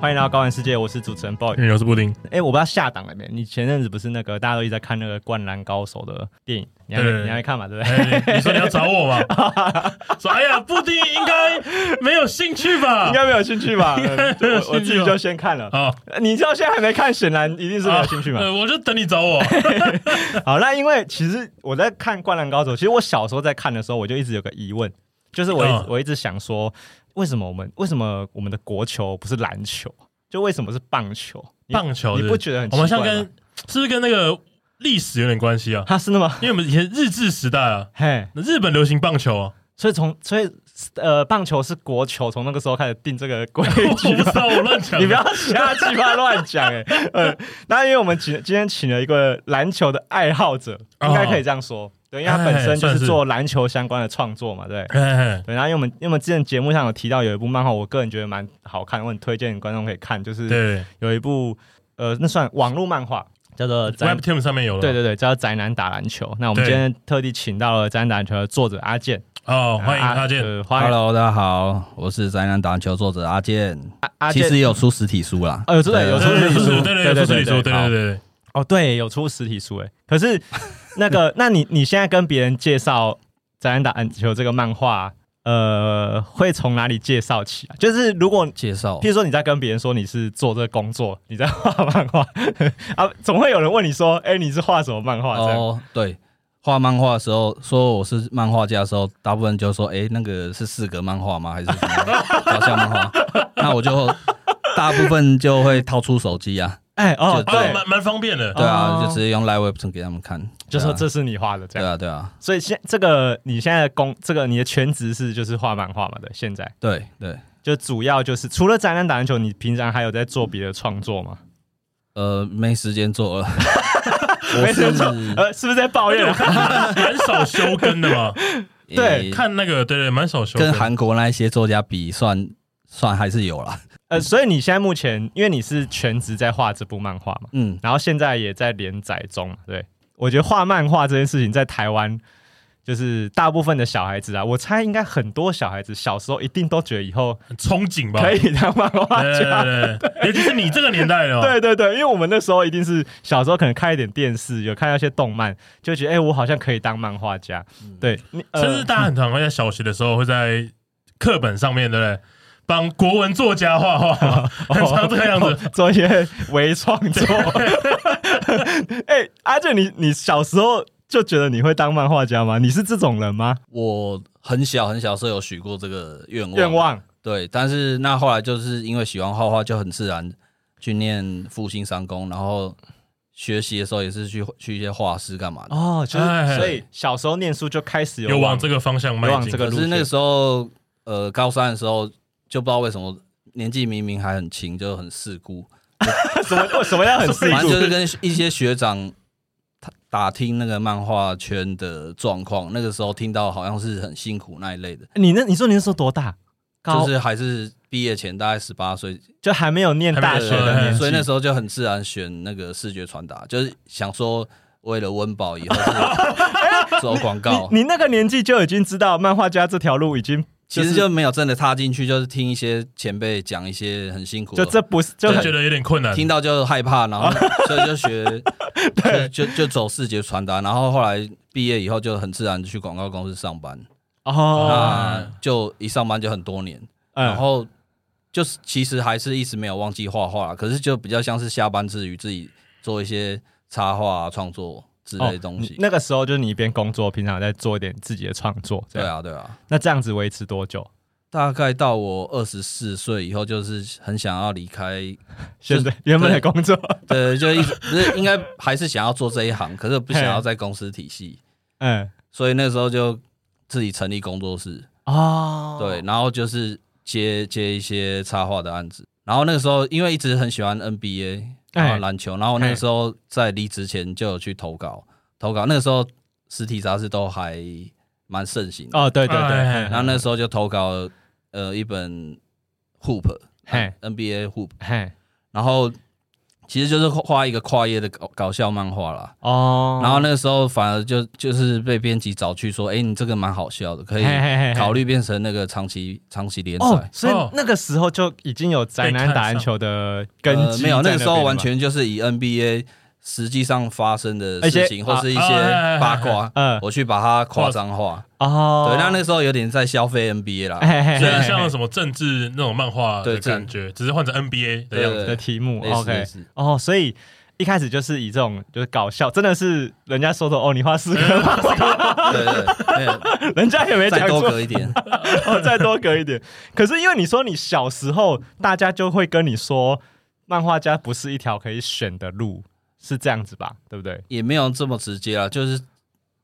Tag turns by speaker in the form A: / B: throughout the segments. A: 欢迎来到高玩世界，我是主持人 boy。
B: 嗯，我是布丁。
A: 哎、我不知道下档了没？你前阵子不是那个大家都一直在看那个《灌篮高手》的电影，你还没
B: 对对对
A: 你还没看嘛？对不对？
B: 哎，你说你要找我嘛？说哎呀，布丁应该没有兴趣吧
A: 应？该没有兴趣 吧？嗯就我我自
B: 兴趣
A: 己
B: 吧
A: 就先看了。
B: 好，
A: 你知道现在还没看，显然一定是没有兴趣嘛。
B: 呃我就等你找我。
A: 好，那因为其实我在看《灌篮高手》，其实我小时候在看的时候，我就一直有个疑问，就是我一直、
B: 嗯
A: 我一直想说，为什么我们为什么我们的国球不是篮球？就为什么是棒球？你
B: 棒球
A: 你
B: 是
A: 不觉得很奇
B: 我
A: 怪
B: 们
A: 吗？
B: 像跟是不是跟那个历史有点关系啊？
A: 他是那么
B: 因为我们以前日治时代啊，
A: 嘿，
B: 那日本流行棒球啊，
A: 所以从所以呃，棒球是国球，从那个时候开始定这个规
B: 我
A: 矩
B: 不
A: 吗
B: 知。道，我乱讲。
A: 你不要瞎鸡巴乱讲哎， 呃，那因为我们请今天请了一个篮球的爱好者，
B: 哦
A: 应该可以这样说，对，因为他本身就
B: 哎算
A: 是
B: 是
A: 做篮球相关的创作嘛，对，
B: 哎，哎
A: 对，然后因为我们因为我们之前节目上有提到有一部漫画，我个人觉得蛮好看，我很推荐观众可以看，就是
B: 对
A: 有一部呃，那算网络漫画，叫做宅
B: ，Web。Team 上面有了。
A: 对对对，叫《宅男打篮球》。那我们
B: 对
A: 今天特地请到了《宅男打篮球》的作者阿健，
B: 哦，欢迎
A: 啊
B: 阿健。
A: 呃欢迎
C: Hello，大家好，我是宅男打篮球作者阿健。
A: 阿阿
C: 其
A: 健
C: 实。也有出实体书啦，
A: 哦，有出的
C: 对
A: 有出
B: 对
A: 实体
B: 对
A: 书，
B: 对对，有出实体书，对对对对。
A: 哦，对，有出实体书哎。可 是那个，那你你现在跟别人介绍《宅男打篮球》这个漫画，呃，会从哪里介绍起啊？就是如果
C: 介绍
A: 譬。如说你在跟别人说你是做这个工作，你在画漫画 啊，总会有人问你说：“哎、你是画什么漫画？”这样、
C: 哦，对，画漫画的时候说我是漫画家的时候，大部分就说，诶，那个是四格漫画吗？还是什 么搞笑漫画？那我就大部分就会掏出手机啊，
A: 哎、哦，
B: 哦，
C: 就
A: 对，
B: 蛮蛮方便的。
C: 对啊，
A: 哦
C: 就直接用 Live Webson 给他们看，
A: 就说
C: 对啊
A: 这是你画的这
C: 对
A: 样。
C: 啊，对啊，
A: 所以现这个你现在的工，这个你的全职是就是画漫画嘛？对，现在
C: 对对，
A: 就主要就是除了宅男打篮球，你平常还有在做别的创作吗？
C: 呃，没时间做了，我
A: 没时间做
C: 是
A: 呃，是不是在抱怨、啊？
B: 蛮少休更的嘛，
A: 对
C: 诶
B: 看那个对对，蛮少休更
C: 跟。韩国那一些作家比，算算还是有啦。
A: 呃，所以你现在目前，因为你是全职在画这部漫画嘛，
C: 嗯，
A: 然后现在也在连载中嘛，对我觉得画漫画这件事情在台湾，就是大部分的小孩子啊，我猜应该很多小孩子小时候一定都觉得以后
B: 很憧憬吧？
A: 可以当漫画
B: 对
A: 家。
B: 对对对， 尤其是你这个年代的嘛，哦
A: 对对对，因为我们那时候一定是小时候可能看一点电视，有看到一些动漫，就觉得哎、我好像可以当漫画家。对，你呃
B: 嗯甚至大家很常会在小学的时候会在课本上面，对不对？帮国文作家 画画，很常这个样子。
A: 做一些哦微创作。 哎、阿健，你你小时候就觉得你会当漫画家吗？你是这种人吗？
C: 我很小很小时候有许过这个愿望，
A: 愿望
C: 对，但是那后来就是因为喜欢画画，就很自然去念复兴三公，然后学习的时候也是去去一些画室干嘛的。
A: 哦，就是、
B: 哎
A: 所以小时候念书就开始
B: 有往
A: 往
B: 这个方向迈
A: 有往
B: 进
A: 这，个
C: 可
A: 路
C: 是
A: 线。
C: 那个时候，呃，高三的时候就不知道为什么年纪明明还很轻，就很世故，
A: 什么为什么要很世
C: 啊反正
A: 故？
C: 就是跟一些学长他打听那个漫画圈的状况。那个时候听到好像是很辛苦那一类的，
A: 你那你说你那时候多大？高
C: 就是还是毕业前大概十八岁
A: 就还没有念大学的
B: 还没有
A: 年纪，
C: 呃所以那时候就很自然选那个视觉传达，就是想说为了温 饱以后是走广告，
A: 你你那个年纪就已经知道漫画家这条路已经、
C: 其
A: 是
C: 实就没有真的踏进去，就是听一些前辈讲一些很辛苦的，
A: 就这不是就
B: 就
A: 很
B: 觉得有点困难。
C: 听到就害怕， 然后所以就学，就就就走视觉传达，然后后来毕业以后就很自然地去广告公司上班，
A: 哦，
C: 那就一上班就很多年，啊然
A: 嗯，
C: 后就是其实还是一直没有忘记画画，可是就比较像是下班之余自己做一些插画啊创作之类的东西
A: 哦。那个时候就是你一边工作，平常在做一点自己的创作，这
C: 对
A: 样。
C: 啊，对啊，
A: 那这样子维持多久？
C: 大概到我二十四岁以后，就是很想要离 开，
A: 现在原本的工作，
C: 对，就一直不是应该还是想要做这一行，可是不想要在公司体系，
A: 嗯，
C: 所以那时候就自己成立工作室，
A: 哦
C: 对，，然后就是接接一些插画的案子。然后那个时候，因为一直很喜欢 NBA，
A: 哎
C: 然后篮球，然后那个时候在离职前就有去投稿，投稿那个时候实体杂志都还蛮盛行的，
A: 哦，对对
B: 哎
A: 对，
C: 然后那时候就投稿了呃一本 Hoop
A: 嘿
C: NBA Hoop，
A: 嘿，
C: 然后其实就是画一个跨页的搞搞笑漫画啦。
A: 哦，
C: 然后那个时候反而就就是被编辑找去说，哎、你这个蛮好笑的，可以
A: 嘿嘿嘿嘿
C: 考虑变成那个长期长期连载。
A: 哦，所以
B: 哦
A: 那个时候就已经有宅男打篮球的根
C: 呃
A: 基、
C: 没有，
A: 那
C: 那个时候
A: 边
C: 完
A: 嘛，
C: 全就是以 NBA 实际上发生的
A: 一些
C: 事情或是一
B: 啊
C: 些
B: 啊
C: 八卦，
A: 嗯，
C: 我去把它夸张化。
A: 哦，哎
C: 对，那那时候有点在消费 NBA 啦。
A: 嘿嘿嘿
B: 虽然
A: 嘿
B: 像什么政治那种漫画的
C: 对
B: 感觉，只是换成 NBA 的样子。
C: 对
A: 的题目
C: 类似
A: ，OK，
C: 类似
A: 哦，所以。一开始就是以这种就是搞笑，真的是人家说的哦，你画四格吗，
C: 对对对没有，
A: 人家也没
C: 再
A: 讲
C: 多
A: 错，
C: 隔一点。
A: 哦，再多隔一点。可是因为你说你小时候，大家就会跟你说，漫画家不是一条可以选的路，是这样子吧？对不对？
C: 也没有这么直接啊，就是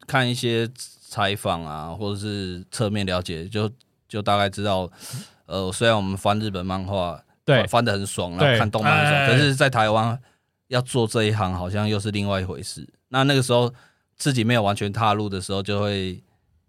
C: 看一些采访啊，或者是侧面了解，就就大概知道。呃，虽然我们翻日本漫画，
A: 对，
C: 翻的很爽，然
A: 对
C: 后看动漫很
B: 哎
C: 爽，可是，在台湾要做这一行，好像又是另外一回事。那那个时候自己没有完全踏入的时候，就会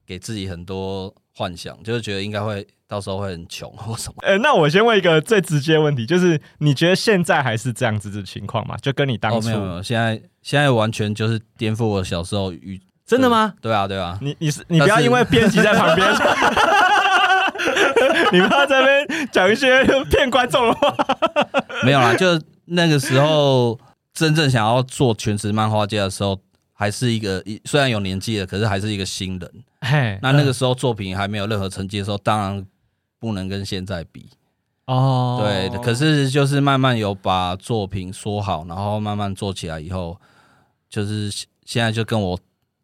C: 给自己很多幻想，就是觉得应该会到时候会很穷或什么。
A: 呃，那我先问一个最直接的问题，就是你觉得现在还是这样子的情况吗？就跟你当
C: 哦，
A: 初、
C: 没有没有，现在现在完全就是颠覆我小时候与
A: 真的吗？
C: 对啊对啊，
A: 你你是你
C: 但
A: 不要
C: 是
A: 因为编辑在旁 边，你不要在那边讲一些骗观众的话。
C: 没有啦，就那个时候真正想要做全职漫画家的时候，还是一个一虽然有年纪了，可是还是一个新人。
A: 嘿
C: 那那个时候作品还没有任何成绩的时候，当然不能跟现在比。
A: 哦
C: 对，可是就是慢慢有把作品说好，然后慢慢做起来以后，就是现现在就跟我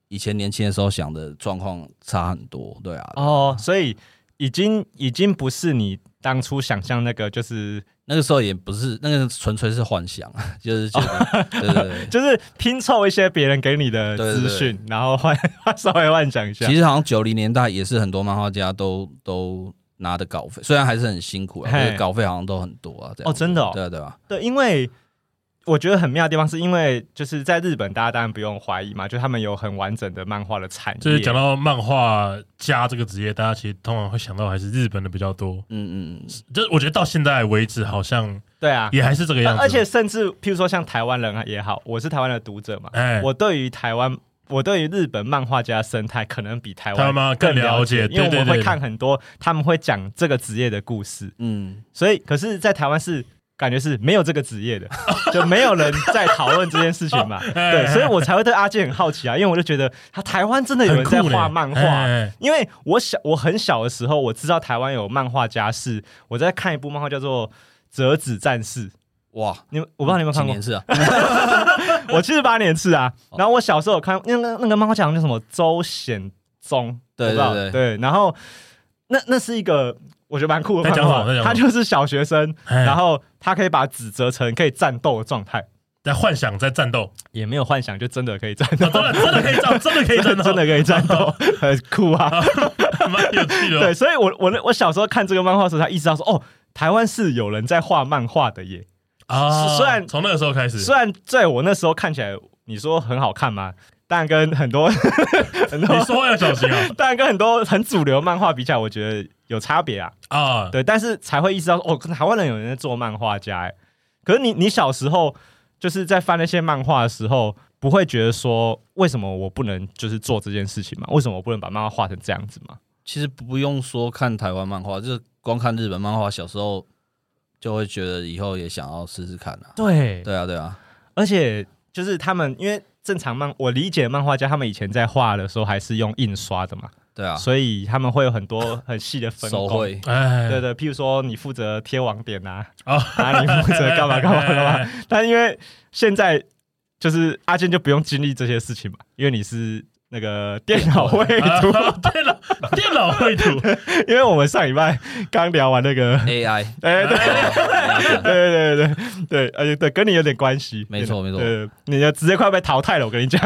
C: 以前年轻的时候想的状况差很多。对啊，
A: 哦，所以已经已经不是你当初想象那个，就是
C: 那个时候也不是那个纯粹是幻想，啊就是觉 得对对 对。
A: 就是拼凑一些别人给你的
C: 对对
A: 资
C: 对
A: 讯，然后幻稍微幻想一下。
C: 其实好像九零年代也是很多漫画家都都拿的稿费，虽然还是很辛苦啊，
A: 嘿
C: 可是稿费好像都很多啊，这
A: 哦
C: 样
A: 真的哦
C: 对啊对啊，
A: 对，因为我觉得很妙的地方，是因为就是在日本，大家当然不用怀疑嘛，就他们有很完整的漫画的产业。
B: 就是讲到漫画家这个职业，大家其实通常会想到还是日本的比较多。
C: 嗯嗯嗯，
B: 就是我觉得到现在为止，好像
A: 对啊，
B: 也还是这个样子。
A: 而且甚至譬如说像台湾人也好，我是台湾的读者嘛，
B: 哎，
A: 我对于台湾。我对于日本漫画家生态可能比台
B: 台湾漫
A: 湾
B: 画更
A: 了
B: 了解
A: 因为我
B: 对
A: 们
B: 对
A: 会
B: 对
A: 看很多他们会讲这个职业的故事，
C: 嗯，
A: 所以可是，在台湾是感觉是没有这个职业的， 就没有人在讨论这件事情 嘛。
B: 哎
A: 对，所以我才会对阿健很好奇啊，因为我就觉得他台湾真的有
B: 很
A: 人在
B: 酷嘞
A: 画漫画。
B: 哎哎哎
A: 因为我小我很小的时候，我知道台湾有漫画家是我在看一部漫画叫做《折纸战士》，
C: 哇，
A: 你们我不知道你有没有看
C: 几
A: 过
C: 年，是啊，
A: 我七十八年次啊。
B: 哦
A: 然后我小时候有看那个那个漫画家好像叫什么周显宗，
C: 对
A: 我不知道
C: 对对
A: 对。然后那那是一个我觉得蛮酷的
B: 在
A: 漫
B: 讲什么
A: 画
B: 在，讲
A: 他
B: 什
A: 就是小学生，
B: 哎
A: 然后他可以把纸折成可以战斗的状态，
B: 在幻想，在战斗，
A: 也没有幻想，就真的可以战
B: 啊
A: 斗，
B: 真的真的可以战，真的可以战
A: 真的
B: 斗，
A: 真的可以战斗， 很酷啊！
B: 蛮有趣的哦。
A: 对，所以我我那我小时候看这个漫画的时候，才意识到说，哦，台湾是有人在画漫画的耶。
B: 啊，
A: 虽然
B: 从那个时候开始，
A: 虽然在我那时候看起来，你说很好看吗？但跟很多 很
B: 你
A: 多，
B: 说要 小心啊
A: 但跟很多很主流漫画比起来，我觉得有差别啊。
B: 啊！
A: 对，但是才会意识到哦，台湾人有人在做漫画家哎。可是你你小时候就是在翻那些漫画的时候，不会觉得说为什么我不能就是做这件事情嘛？为什么我不能把漫画画成这样子嘛？
C: 其实不用说看台湾漫画，就是光看日本漫画，小时候就会觉得以后也想要试试看啊。
A: 对，
C: 对啊，对啊，
A: 而且就是他们因为正常漫，我理解漫画家他们以前在画的时候还是用印刷的嘛，
C: 对啊，
A: 所以他们会有很多很细的分
C: 手
A: 工。
C: 绘，
B: 哎，
A: 对对，譬如说你负责贴网点啊，
B: 哦
A: 啊你负责干嘛干嘛干 嘛。但因为现在就是阿健就不用经历这些事情嘛，因为你是那个电脑绘
B: 啊
A: 图。
C: 哦
B: 电脑电脑绘图，
A: 因为我们上礼拜刚聊完那 个，
C: AI，
A: 哎、对
C: 对啊
A: 对对对对对，而且对跟你有点关系，
C: 没错没错
A: 对，你就直接快被淘汰了，我跟 你讲。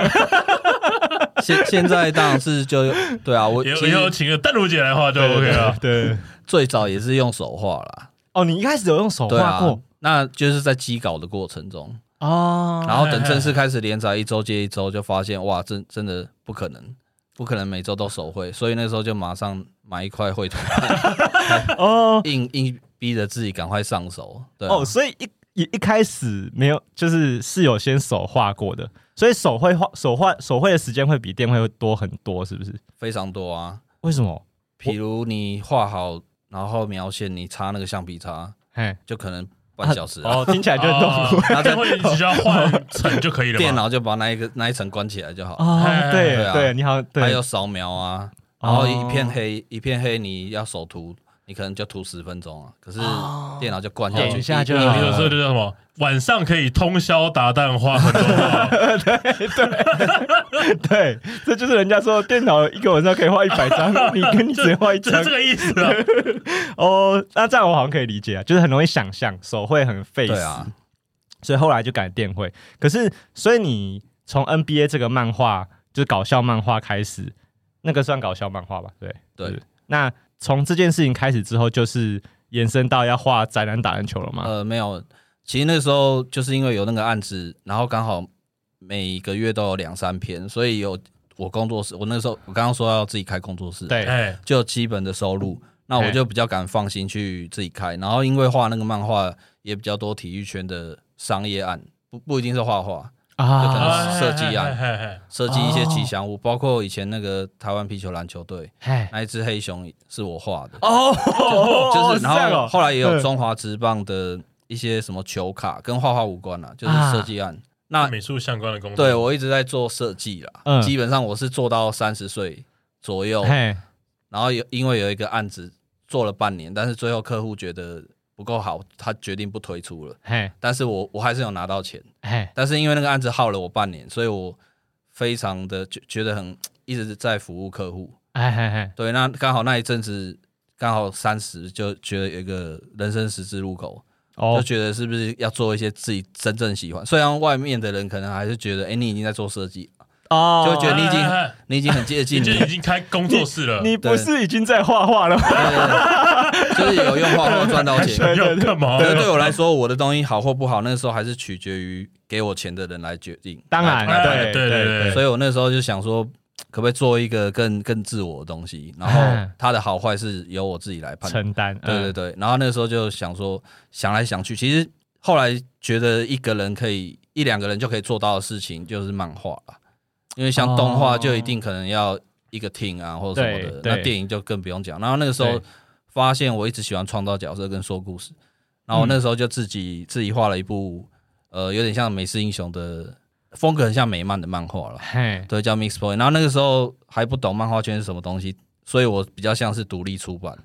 C: 现现在当然是就对啊，我
B: 以
C: 其
B: 后以后
C: 实
B: 请个淡如姐来画就 OK
C: 啊
B: 了。
A: 对，
C: 最早也是用手画啦，
A: 哦，你一开始有用手
C: 对
A: 画
C: 啊
A: 过，
C: 那就是在机稿的过程中。
A: 哦，
C: 然后等正式开始连载一周接一周，就发现哇，真真的不可能，不可能每周都手绘，所以那时候就马上买一块绘图板，
A: 哦
C: 硬硬逼着自己赶快上手。对啊、
A: 哦，所以一一一开始没有，就是是有先手画过的，所以手绘画手画手绘的时间会比电绘会多很多，是不是？
C: 非常多啊。
A: 为什么？
C: 比如你画好，然后描线，你擦那个橡皮擦，
A: 哎，
C: 就可能半小时、啊，
A: 哦，听起来就很痛苦。
B: 然后会只需要换层就可以了嘛。
C: 电脑就把那一个那一层关起来就好。
A: 哦，对
C: 对啊
A: 对，你好像对，哦
C: 还有扫描啊，然后一片黑、一片黑，你要手涂，你可能就涂十分钟啊。可是电脑就灌下
A: 点
C: 去，
A: 哦一下就
B: 你
A: 好
B: 有时候就叫什么？晚上可以通宵达旦画很多 画，
A: 对，这就是人家说电脑一个晚上可以画一百张，你跟你只画一
B: 就
A: 张
B: 是这个意思啊。
A: 哦。那这样我好像可以理解啊，就是很容易想象，手绘很费
C: 对
A: 时，
C: 啊，
A: 所以后来就改电绘。可是，所以你从 NBA 这个漫画，就是搞笑漫画开始，那个算搞笑漫画吧？对。
C: 对
A: 是，那从这件事情开始之后，就是延伸到要画宅男打篮球了吗？
C: 呃，没有。其实那时候就是因为有那个案子，然后刚好每个月都有两三篇，所以有我工作室。我那时候我刚刚说要自己开工作室，
A: 对，
B: 哎，
C: 就有基本的收入，那我就比较敢放心去自己开。然后因为画那个漫画也比较多体育圈的商业案，不不一定是画画，就可能
A: 啊，
B: 哎
C: 是设计啊
B: 嘿嘿嘿嘿
C: 设计一些
A: 哦
C: 吉祥物，包括以前那个台湾皮球篮球队
A: 哎，
C: 那一只黑熊是我画的，
A: 哦，
C: 就是
A: 这样
C: 然后
A: 哦
C: 后来也有
A: 嗯
C: 中华职棒的一些什么球卡，跟画画无关啦，就是
A: 啊
C: 设计案。那
B: 美术相关的工作。
C: 对我一直在做设计啦，
A: 嗯
C: 基本上我是做到三十岁左右，
A: 嘿，
C: 然后有因为有一个案子做了半年，但是最后客户觉得不够好，他决定不推出了。
A: 嘿，
C: 但是我我还是有拿到钱，
A: 嘿，
C: 但是因为那个案子耗了我半年，所以我非常的觉觉得很一直在服务客户。
A: 哎，嘿，嘿，
C: 对，那刚好那一阵子刚好三十，就觉得有一个人生十字路口，
A: 哦
C: 就，觉得是不是要做一些自己真正喜欢。虽然外面的人可能还是觉得，哎、你已经在做设计，
A: 哦，
C: 就觉得你已经
B: 哎哎哎
C: 你已经很接
B: 你
C: 近
B: 就
C: 你
B: 已经开工作室了，
A: 哦你不是已经在画画了吗？
C: 对就是有用画画赚到 钱。
A: 对对
B: 要
A: 对
B: 干嘛
C: 可？是对我来说，我的东西好或不好，那个时候还是取决于给我钱的人来决定。
A: 当然，
B: 哎
A: 对
B: 对对对
A: 对，
C: 所以我那时候就想说，可不可以做一个更更自我的东西，然后
A: 哎
C: 它的好坏是由我自己来判断。
A: 承担，
C: 对对
A: 嗯，
C: 对，然后那时候就想说，想来想去，其实后来觉得一个人可以一两个人就可以做到的事情，就是漫画了，因为像动画
A: 哦
C: 就一定可能要一个 team 啊或者什么的，
A: 对对
C: 那电影就更不用讲。然后那个时候
A: 对
C: 发现我一直喜欢创造角色跟说故事，然后我
A: 嗯
C: 那时候就自己、自己画了一部，呃，有点像美式英雄的风格，很像美漫的漫画了。
A: 嘿，
C: 对，叫 Mix Boy。然后那个时候还不懂漫画圈是什么东西，所以我比较像是独立出版。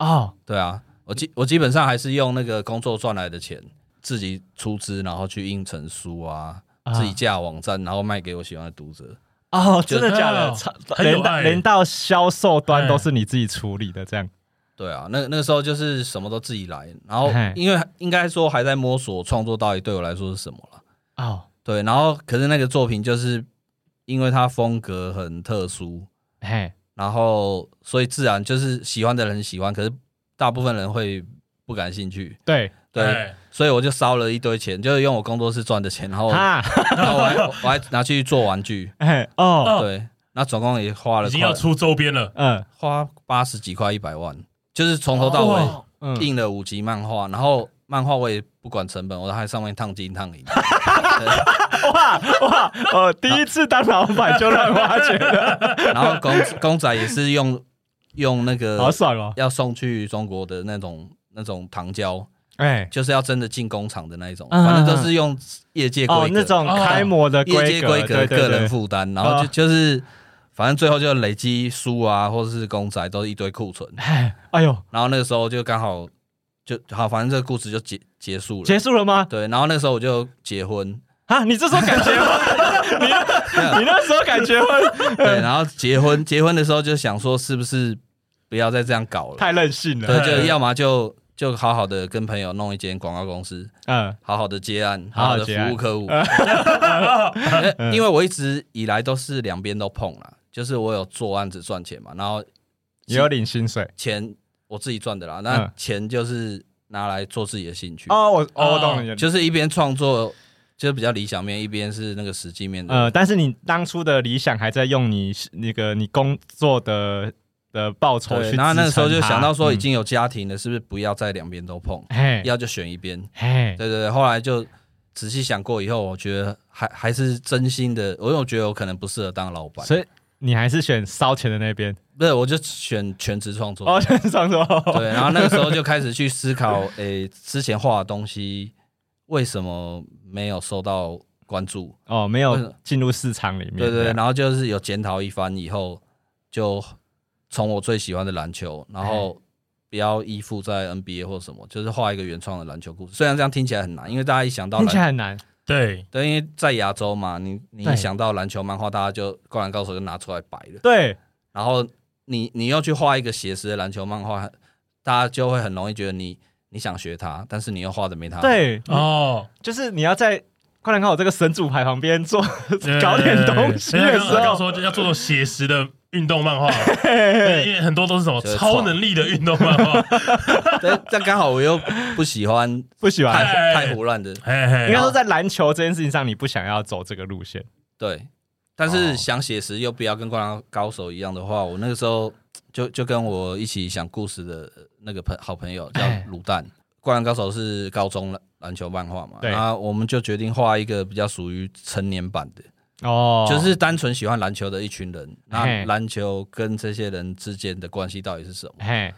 A: 哦，
C: 对啊，我基我基本上还是用那个工作赚来的钱，自己出资，然后去印成书啊，
A: 啊
C: 自己架网站，然后卖给我喜欢的读者。
A: 哦，真的假
B: 哦
A: 的？操
B: 很有
A: 连到
B: 爱
A: 连到销售端
B: 哎
A: 都是你自己处理的，这样，
C: 对啊，那那个时候就是什么都自己来，然后
A: 嘿
C: 因为应该说还在摸索创作到底对我来说是什么了。
A: 哦，
C: 对，然后可是那个作品就是因为它风格很特殊，
A: 嘿，
C: 然后所以自然就是喜欢的人喜欢，可是大部分人会不感兴趣。
A: 对，
C: 对，
B: 哎，
C: 所以我就烧了一堆钱，就是用我工作室赚的钱，然后
A: 哈，
C: 然后我还我还拿去做玩具，
A: 哎，哦，
B: 哦
C: 对，那总共也花了
B: 已经
C: 快
B: 要出周边了，
A: 嗯
C: 花八十几块一百万，就是从头到尾
A: 嗯，
C: 印了五集漫画，然后漫画我也不管成本，我都还上面烫金烫银，对
A: 哇哇，呃，第一次当老板就乱花钱了，
C: 然后公公仔也是用用那
A: 好
C: 个
A: 爽哦，
C: 要送去中国的那种那种糖胶，
A: 哎，
C: 就是要真的进工厂的那一种，
A: 嗯
C: 反正都是用业界规
A: 哦，
C: 格
A: 那种
B: 哦
A: 开模的
C: 业界
A: 格，
C: 规格、
A: 对
C: 个
A: 对
C: 人
A: 对，
C: 负担，然后就
A: 啊
C: 就是，反正最后就累积书啊，或者是公仔，都是一堆库存。
A: 哎，哎呦，
C: 然后那个时候就刚好就好，反正这个故事就结结束了。
A: 结束了吗？
C: 对，然后那时候我就结婚，
A: 啊，你这时候敢结婚？你你那时候敢结婚？
C: 对，然后结婚结婚的时候就想说，是不是不要再这样搞了？
A: 太任性了，
C: 对，就要么就就好好的跟朋友弄一间广告公司，
A: 嗯，
C: 好好的接案，
A: 好好
C: 的
A: 接案
C: 服 务客户。因为因为我一直以来都是两边都碰啦，就是我有做案子赚钱嘛，然后
A: 也有领薪水。
C: 钱我自己赚的啦，那
A: 嗯
C: 钱就是拿来做自己的兴趣，
A: 哦，我哦，我懂你的。
C: 就是一边创作就是比较理想面，一边是那个实
A: 呃
C: 际面的。
A: 呃，但是你当初的理想还在用你那个你工作的的报酬去
C: 对，
A: 支撑它。
C: 然后那个时候就想到说，已
A: 嗯，
C: 经有家庭了，是不是不要再两边都碰，
A: 嘿，
C: 要就选一边？
A: 嘿，
C: 对对对，后来就仔细想过以后，我觉得还还是真心的，我因为我觉得我可能不适合当老板，
A: 所以你还是选烧钱的那边
C: 不是，我就选全职创作。
A: 哦， 选上手。
C: 对，啊然后那个时候就开始去思考，诶、之前画的东西为什么没有受到关注？
A: 哦，没有进入市场里面。
C: 嗯对对，
A: 这
C: 对
A: 样
C: 然后就是有检讨一番以后，就从我最喜欢的篮球，然
A: 哎
C: 后不要依附在 NBA 或什么，就是画一个原创的篮球故事。虽然这样听起来很难，因为大家一想到
A: 听起来
C: 篮，
A: 很难。
B: 对，
C: 对，因为在亚洲嘛，你你
A: 对
C: 一想到篮球漫画，大家就灌篮高手就拿出来摆了，
A: 对，
C: 然后你你要去画一个写实的篮球漫画，大家就会很容易觉得你你想学他，但是你又画的没他好。
A: 对，
B: 哦，
A: 就是你要在快点看我这个神主牌旁边做
B: 对
A: 搞点东西的时
B: 对对对对刚刚
A: 候，
B: 说要做写实的运动漫画，
A: 嘿
B: 因为很多都是什么
C: 就是
B: 超能力的运动漫画，
C: 但但刚好我又不喜欢
A: 不喜 欢。
C: 太太胡乱的，
B: 嘿
A: 应
B: 嘿哦
A: 该，说在篮球这件事情上，你不想要走这个路线。
C: 对，但
A: 哦
C: 是想写实又不要跟《灌篮高手》一样的话，我那个时候就就跟我一起想故事的那个朋好朋友叫
A: 哎
C: 卤蛋，《灌篮高手》是高中篮篮球漫画嘛，
A: 对
C: 然后我们就决定画一个比较属于成年版的，
A: 哦
C: 就是单纯喜欢篮球的一群人，
A: 嘿
C: 那篮球跟这些人之间的关系到底是什么，
A: 嘿，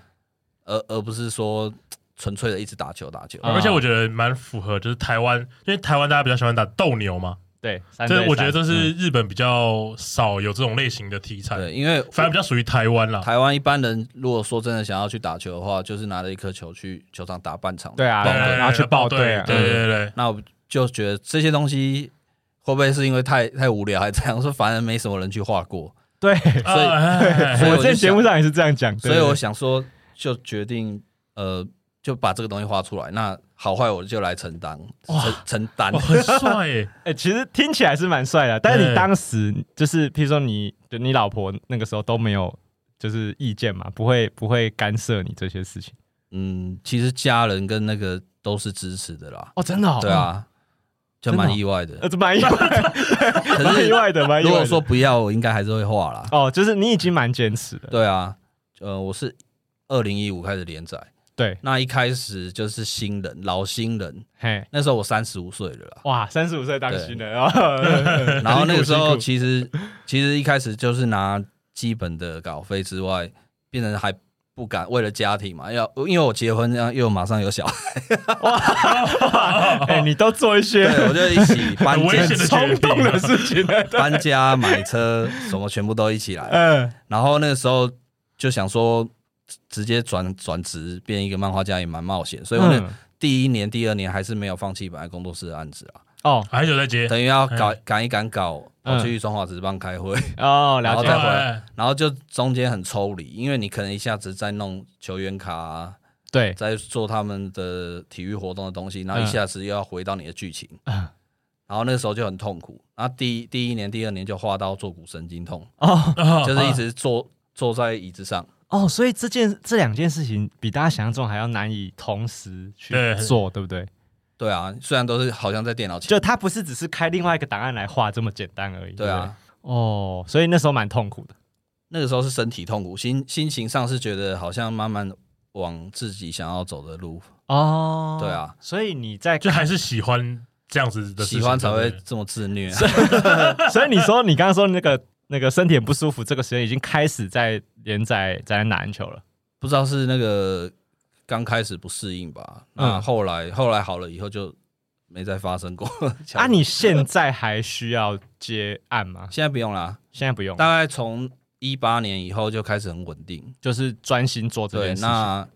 C: 而而不是说纯粹的一直打球打球。
A: 啊
B: 而且我觉得蛮符合，就是台湾，因为台湾大家比较喜欢打斗牛嘛，
A: 对，三嗯对
B: 这我觉
A: 三
B: 得这是日本比较少有这种类型的题材，
C: 对，因为
B: 反而比较属于台湾啦。
C: 台湾一般人如果说真的想要去打球的话，就是拿着一颗球去球场打半场。
A: 对啊，
B: 对
A: 然后去报队
B: 对
A: 啊，
B: 对对对，
C: 那我就觉得这些东西会不会是因为太太无聊，还这样说，反正没什么人去画过，
A: 对。
B: 啊
C: 所以
B: 嘿 嘿嘿
C: 所以
A: 我之
C: 我就
A: 前节目上也是这样讲，对
C: 所以我想说，就决定呃，就把这个东西画出来。那好坏我就来承担，承承担
B: 哇，。很帅耶！
A: 哎、其实听起来是蛮帅的，但是你
B: 对
A: 当时就是，譬如说你，就你老婆那个时候都没有就是意见嘛，不会不会干涉你这些事情
C: 嗯，其实家人跟那个都是支持的啦，
A: 哦，真的、哦
C: 对，啊，就
A: 真的
C: 蛮
A: 哦
C: 意外的。
A: 呃，这蛮意外，
C: 可
A: 蛮意
C: 是
A: 外 的，蛮意
C: 如
A: 外的。
C: 果说不要，我应该还是会画啦。
A: 哦，就是你已经蛮坚持的，
C: 对啊，呃，我是二零一五开始连载，
A: 对，
C: 那一开始就是新人，老新人，
A: 嘿，
C: 那时候我三十五岁了啦。
A: 哇，三十五岁当
C: 对
A: 新人啊，
C: 然后那个时
A: 辛
C: 候
A: 苦辛
C: 其实其实一开始就是拿基本的稿费之外，变成还不敢为了家庭嘛，要因为我结婚，然后又马上有小孩，
A: 苦哎、你都做一些
C: 对我就一起搬
B: 很危
C: 家
B: 险、的
A: 冲动的事情 呢，对
C: 搬家、买车什么全部都一起来。
A: 嗯，
C: 然后那个时候就想说，直接转转职变一个漫画家也蛮冒险，所以我那
A: 嗯
C: 第一年、第二年还是没有放弃本来工作室的案子啊，
A: 哦
B: 还有在接，
C: 等于要
B: 嗯
C: 赶赶一赶稿，
A: 嗯
C: 跑去中华职棒开会。
A: 哦，了解
C: 然后再回
A: 了，
C: 来
B: 哎
C: 然后就中间很抽离，因为你可能一下子在弄球员卡、啊，
A: 对，
C: 在做他们的体育活动的东西，然后
A: 嗯
C: 一下子又要回到你的剧情，
A: 嗯
C: 然后那个时候就很痛苦。然后第一第一年、第二年就画到坐骨神经痛，
A: 哦
B: 啊
C: 就是一直坐坐在椅子上，
A: 哦，所以这件这两件事情比大家想象中还要难以同时去
B: 对
A: 做，对不对？
C: 对啊，虽然都是好像在电脑前，
A: 就它不是只是开另外一个档案来画这么简单而已，
C: 对
A: 不
C: 啊
A: 对，，哦，所以那时候蛮痛苦的，
C: 那个时候是身体痛苦，心心情上是觉得好像慢慢往自己想要走的路，
A: 哦
C: 对啊，
A: 所以你在
B: 就还是喜欢这样子的事情，
C: 喜欢才
B: 对不
C: 会
B: 对
C: 这么 自虐啊、
A: 所以你说你刚刚说那个那个身体很不舒服，这个时间已经开始在连载在打篮球了。
C: 不知道是那个刚开始不适应吧，
A: 嗯
C: 那后来后来好了以后就没再发生过。
A: 啊，你现在还需要接案吗？
C: 现在不用啦，
A: 现在不用，
C: 大概从一八年以后就开始很稳定。
A: 就是专心做这
C: 对，
A: 件事情。
C: 那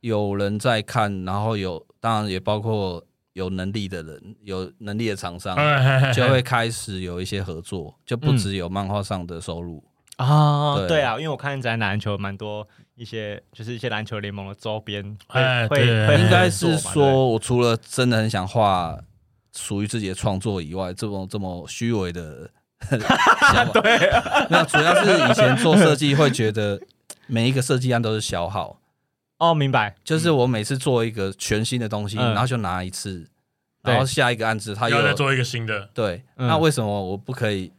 C: 有人在看，然后有当然也包括有能力的人，有能力的厂商
B: 哎嘿嘿
C: 就会开始有一些合作，就不只有漫画上的收入。
A: 哦，
C: 对
A: 对啊，因为我看在篮球蛮多一些，就是一些篮球联盟的周边，会
B: 哎
A: 会
B: 对
A: 会
C: 应该
A: 合
C: 是
A: 作嘛对
C: 说，我除了真的很想画属于自己的创作以外，这么这么虚 伪的想法，对， 那主要是以前做设计会觉得每一个设计案都是消耗，
A: 哦，明白，
C: 就是我每次做一个全新的东西，
A: 嗯
C: 然后就拿一次，
A: 对
C: 然后下一个案子它又
B: 要再做一个新的，
C: 对，
A: 嗯
C: 那为什么我不可以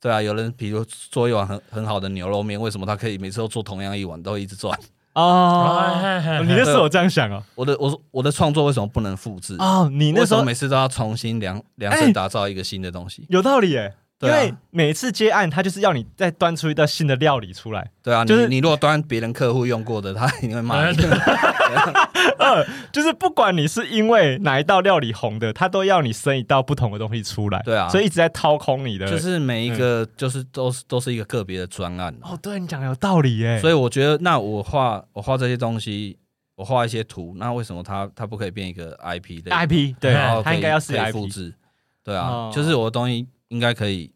C: 对啊，有人比如做一碗很很好的牛肉面，为什么他可以每次都做同样一碗，都一直赚？
A: 哦，你那
B: 的
A: 时候有这样想哦？
C: 我的我说我的创作为什么不能复制？
A: 哦，你那时
C: 为呃什么
A: 候
C: 每次都要重新量量
A: 哎
C: 身打造一个新的东西？
A: 有道理耶，因
C: 对啊
A: 为每次接案，他就是要你再端出一道新的料理出来，
C: 对啊，
A: 哎就是哎
C: 你你如果端别人客户用过的，他一定会骂你。
A: 就是不管你是因为哪一道料理红的，他都要你生一道不同的东西出来。
C: 对啊
A: 所以一直在掏空你的。
C: 就是每一个就是都是都是一个个别的专案，
A: 嗯
C: 啊
A: 哦，哎对你讲的有道理耶。
C: 所以我觉得那我画我画这些东西，我画一些图，那为什么它它不可以变一个 IP 的？
A: IP 对
C: 然后，
A: 他
C: 可以
A: 应该要是
C: 可以复
A: IP。
C: 制，对啊，
A: 哦
C: 就是我的东西应该可以，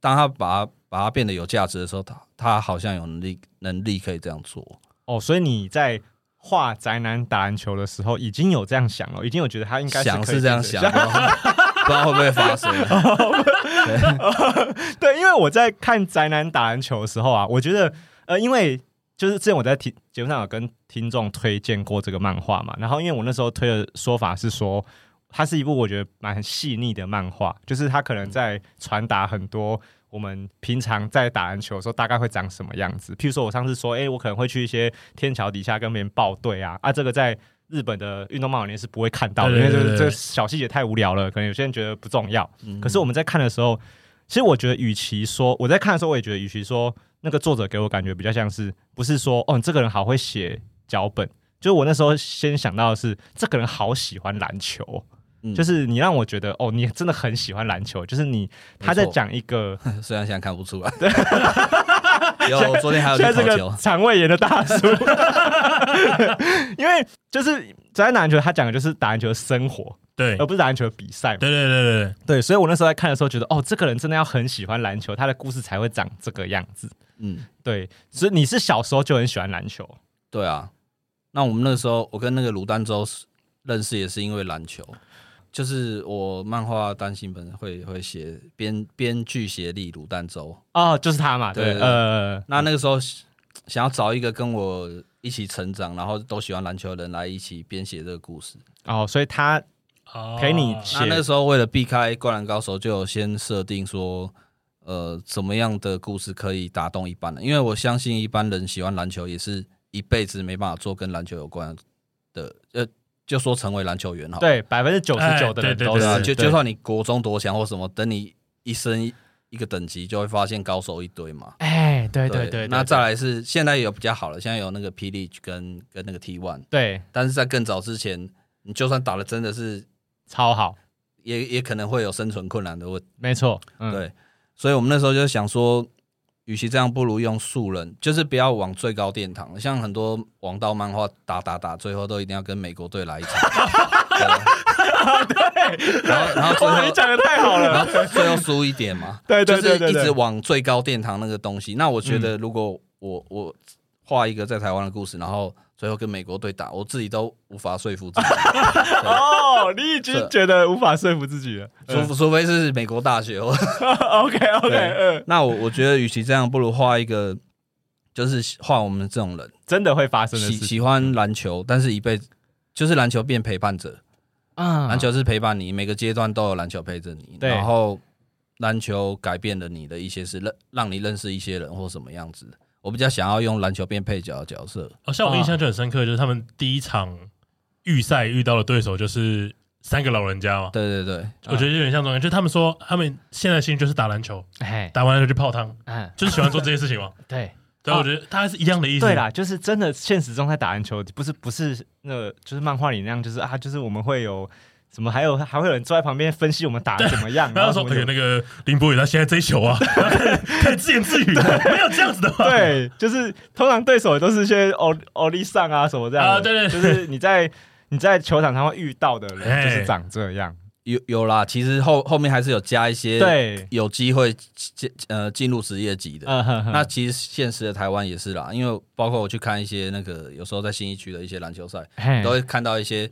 C: 当他把它把它变得有价值的时候，他他好像有能力能力可以这样做。
A: 哦，所以你在画宅男打篮球的时候，已经有这样想了，已经有觉得他应该
C: 想
A: 可以
C: 是这样
A: 变
C: 想，
A: 成
C: 不知道不知道会不会发啊生。
A: 对，因为我在看宅男打篮球的时候啊，我觉得呃，因为就是之前我在听节目上有跟听众推荐过这个漫画嘛，然后因为我那时候推的说法是说，它是一部我觉得蛮细腻的漫画，就是它可能在传达很多。我们平常在打篮球的时候，大概会长什么样子？譬如说，我上次说，哎、我可能会去一些天桥底下跟别人报队啊，啊，这个在日本的运动漫画里面是不会看到的，
B: 对
A: 因
B: 对
A: 为这
B: 对
A: 个
B: 对
A: 这个
B: 对
A: 小细节太无聊了，可能有些人觉得不重要。
C: 嗯
A: 可是我们在看的时候，其实我觉得，与其说我在看的时候，我也觉得，与其说那个作者给我感觉比较像是，不是说哦，你这个人好会写脚本，就是我那时候先想到的是，这个人好喜欢篮球哦，
C: 嗯
A: 就是你让我觉得哦，你真的很喜欢篮球，就是你
C: 没
A: 他在
C: 错
A: 讲一个
C: 虽然现在看不出来，有我昨天还有 去
A: 现在这
C: 考
A: 个
C: 球，
A: 肠胃炎的大 叔， 因为就是在打篮球，他讲的就是打篮球的生活，
B: 对
A: 而
B: 对
A: 不是打篮球的比赛嘛。
B: 对对对
A: 对，所以我那时候在看的时候觉得，哦，这个人真的要很喜欢篮球，他的故事才会长这个样子。
C: 嗯，
A: 对，所以你是小时候就很喜欢篮球
C: 对啊。那我们那时候，我跟那个卢丹洲认识也是因为篮球，就是我漫画单行本会会写编编剧协力卢丹洲，
A: 哦，就是他嘛，对，
C: 对
A: 呃，
C: 那那个时候想要找一个跟我一起成长，然后都喜欢篮球的人来一起编写这个故事。
A: 哦，所以他
B: 对，
A: 陪你
B: 哦
A: 写
C: 那那个时候为了避开《灌篮高手》，就有先设定说，呃，怎么样的故事可以打动一般人？因为我相信一般人喜欢篮球也是一辈子没办法做跟篮球有关的，呃，就说成为篮球员好了。
A: 对啊百分之九十九的
B: 哎
A: 人
B: 对对
A: 都
C: 对
A: 是，
C: 啊，
B: 是
C: 就就算你国中多强或什么，等你一升一一个等级，就会发现高手一堆嘛。
A: 哎，对对对，
C: 那
A: 对
C: 再来是现在有比较好了，现在有那个 P l e 跟跟那个 T One，
A: 对
C: 但是在更早之前，你就算打的真的是
A: 超好，
C: 也也可能会有生存困难的问题。
A: 没错，嗯，
C: 对，所以我们那时候就想说，与其这样，不如用素人，就是不要往最高殿堂。像很多王道漫画打打打，最后都一定要跟美国队来一场。对，然后然后最
A: 哇，你
C: 后
A: 讲的太好了，
C: 然后最后输一点嘛。
A: 对对对
C: 就
A: 对
C: 是一
A: 对嗯
C: 直，往最高殿堂那个东西。那我觉得，如果我我画一个在台湾的故事，然后最后跟美国队打，我自己都无法说服自 己，
A: 哦，你已经
C: 是
A: 觉得无法说服自己了嗯
C: 除除非是美国大学。我
A: ，OK OK，
C: 对
A: 嗯，
C: 那我我觉得，与其这样，不如画一个，就是画我们这种人，
A: 真的会发生的
C: 喜
A: 事情
C: 喜欢篮球，但是一辈子。就是篮球变陪伴者，
A: 啊
C: 篮球是陪伴你，每个阶段都有篮球陪着你。
A: 对
C: 然后篮球改变了你的一些事，让让你认识一些人或什么样子。我比较想要用篮球变配角的角色，
B: 好哦像
A: 哦
B: 我印象就很深刻，就是他们第一场预赛遇到的对手就是三个老人家嘛。
C: 对对对，
B: 我觉得有点像这种，就是他们说他们现在兴趣就是打篮球，
A: 哎，
B: 打完了就去泡汤，
A: 嗯，
B: 就是喜欢做这些事情嘛。
A: 对。
C: 哦
B: 然后我觉得他还是一样的意思。
A: 对，啦，就是真的现实中在打篮球，不是不是那个，就是漫画里那样，就是啊，就是我们会有什么，还有还会有人坐在旁边分析我们打得怎么样，
B: 然后
A: 什
B: 说
A: 么
B: 哎呦
A: 什么
B: 那个林博宇他现在这一球 啊，然后开始开始自言自语，没有这样子 的话。
A: 对，就是通常对手也都是一些欧欧力上啊什么这样的
B: 啊对对
A: 就
B: 对
A: 是你在你在球场上会遇到的人
B: 哎
A: 就是长这样，
C: 有有啦，其实后后面还是有加一些
A: 对，
C: 有机会进呃进入职业级的。
B: 呃
A: 嗯哼哼
C: 那其实现实的台湾也是啦，因为包括我去看一些那个有时候在新一区的一些篮球赛，
A: 嘿
C: 都会看到一些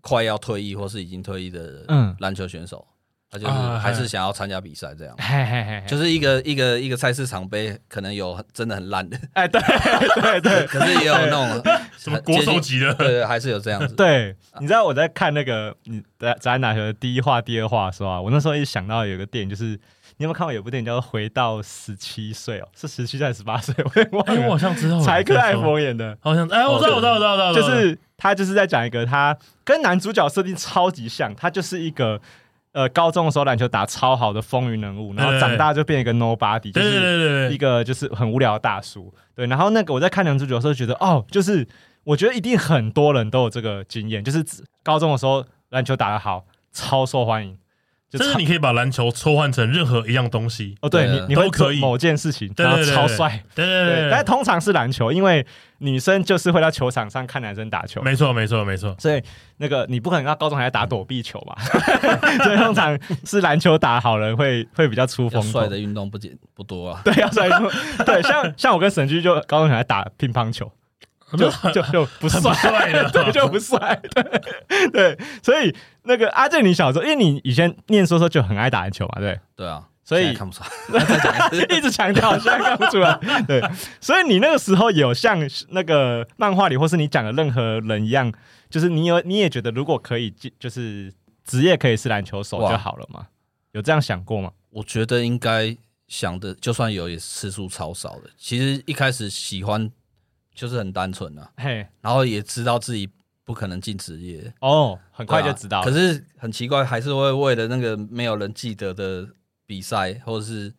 C: 快要退役或是已经退役的
A: 嗯
C: 篮球选手，他就是
B: 啊
C: 还是想要参加比赛这样。
A: 嘿嘿嘿嘿，
C: 就是是一个一个一个菜市场杯，可能有很真的很烂的，
A: 哎，对 对对
C: 可是也有 那种
B: 什么国手，级
C: 对
B: 的，
C: 对，还是有这样子。
A: 对，你知道我在看那个你在在篮球的第一话、第二话的时候啊，我那时候一想到有个电影，就是你有没有看过有部电影叫做《回到十七岁》哦？是十七岁还是十八岁？我也忘
B: 哎，我
A: 了。
B: 好像知道了
A: 柴克艾，佛演的，
B: 好像哎，我知道，我知道，我知道，我知道，
A: 就是他就是在讲一个他跟男主角设定超级像，他就是一个呃高中的时候篮球打超好的风云人物，然后长大就变一个 nobody，就
B: 对对
A: 是
B: 对对
A: 一
B: 对，
A: 个就是很无聊的大叔。对，然后那个我在看男主角的时候觉得哦，就是我觉得一定很多人都有这个经验，就是自高中的时候篮球打得好，超受欢迎，就
B: 甚
A: 超
B: 至你可以把篮球抽换成任何一样东西，
A: 哦，对
C: 对
A: 你你会
B: 都可
A: 做
B: 以
A: 某件事情，
B: 对
A: 然后
B: 对对
A: 超
B: 对
A: 帅。
B: 对对
A: 对，但通常是篮球，因为女生就是会到球场上看男生打球
B: 对，，没错没错没错，
A: 所以那个你不可能到高中还在打躲避球吧？ 所以通常是篮球打好人会会比较出
C: 要
A: 风头
C: 帅。的运动不简不多啊。
A: 对，要帅出。对，像像我跟沈居就高中还在打乒乓球，就就就不
B: 很不
A: 帅，
B: 帅的
A: 对，就不帅。对对，所以那个阿健，你小时候，因为你以前念书的时候就很爱打篮球嘛，对。
C: 对啊，
A: 所以
C: 现在看不出来。
A: 一直强调，现在看不出来。对，所以你那个时候有像那个漫画里，或是你讲的任何人一样，就是你有你也觉得，如果可以进，就是职业可以是篮球手
C: 哇
A: 就好了嘛？有这样想过吗？
C: 我觉得应该想的，就算有，也次数超少的。其实一开始喜欢就是很单纯啊，
A: 嘿，
C: 然后也知道自己不可能进职业，
A: 哦，很快就
C: 对啊
A: 知道了。
C: 可是很奇怪，还是会为了那个没有人记得的比赛，或者是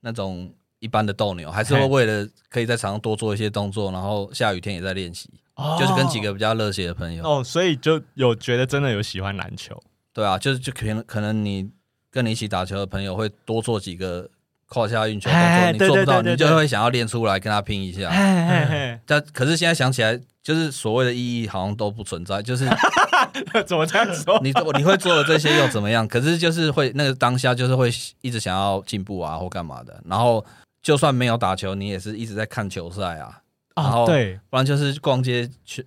C: 那种一般的斗牛，还是会
A: 嘿
C: 为了可以在场上多做一些动作，然后下雨天也在练习，
A: 哦
C: 就是跟几个比较热血的朋友。
A: 哦，所以就有觉得真的有喜欢篮 球
C: 对啊，就是就可能可能你跟你一起打球的朋友会多做几个胯下运球动
A: 哎
C: 作，你
A: 对
C: 做不
A: 对
C: 到，
A: 对对
C: 你就
A: 对哎
C: 会想要练出来跟他拼一下。
A: 嘿嘿
C: 但可是现在想起来，就是所谓的意义好像都不存在，就是
A: 嘿，怎么这样说？
C: 你做你会做的这些又怎么样？可是就是会那个当下就是会一直想要进步啊或干嘛的，然后就算没有打球，你也是一直在看球赛啊，然
A: 哦，
C: 后
A: 对，
C: 不然就是逛街去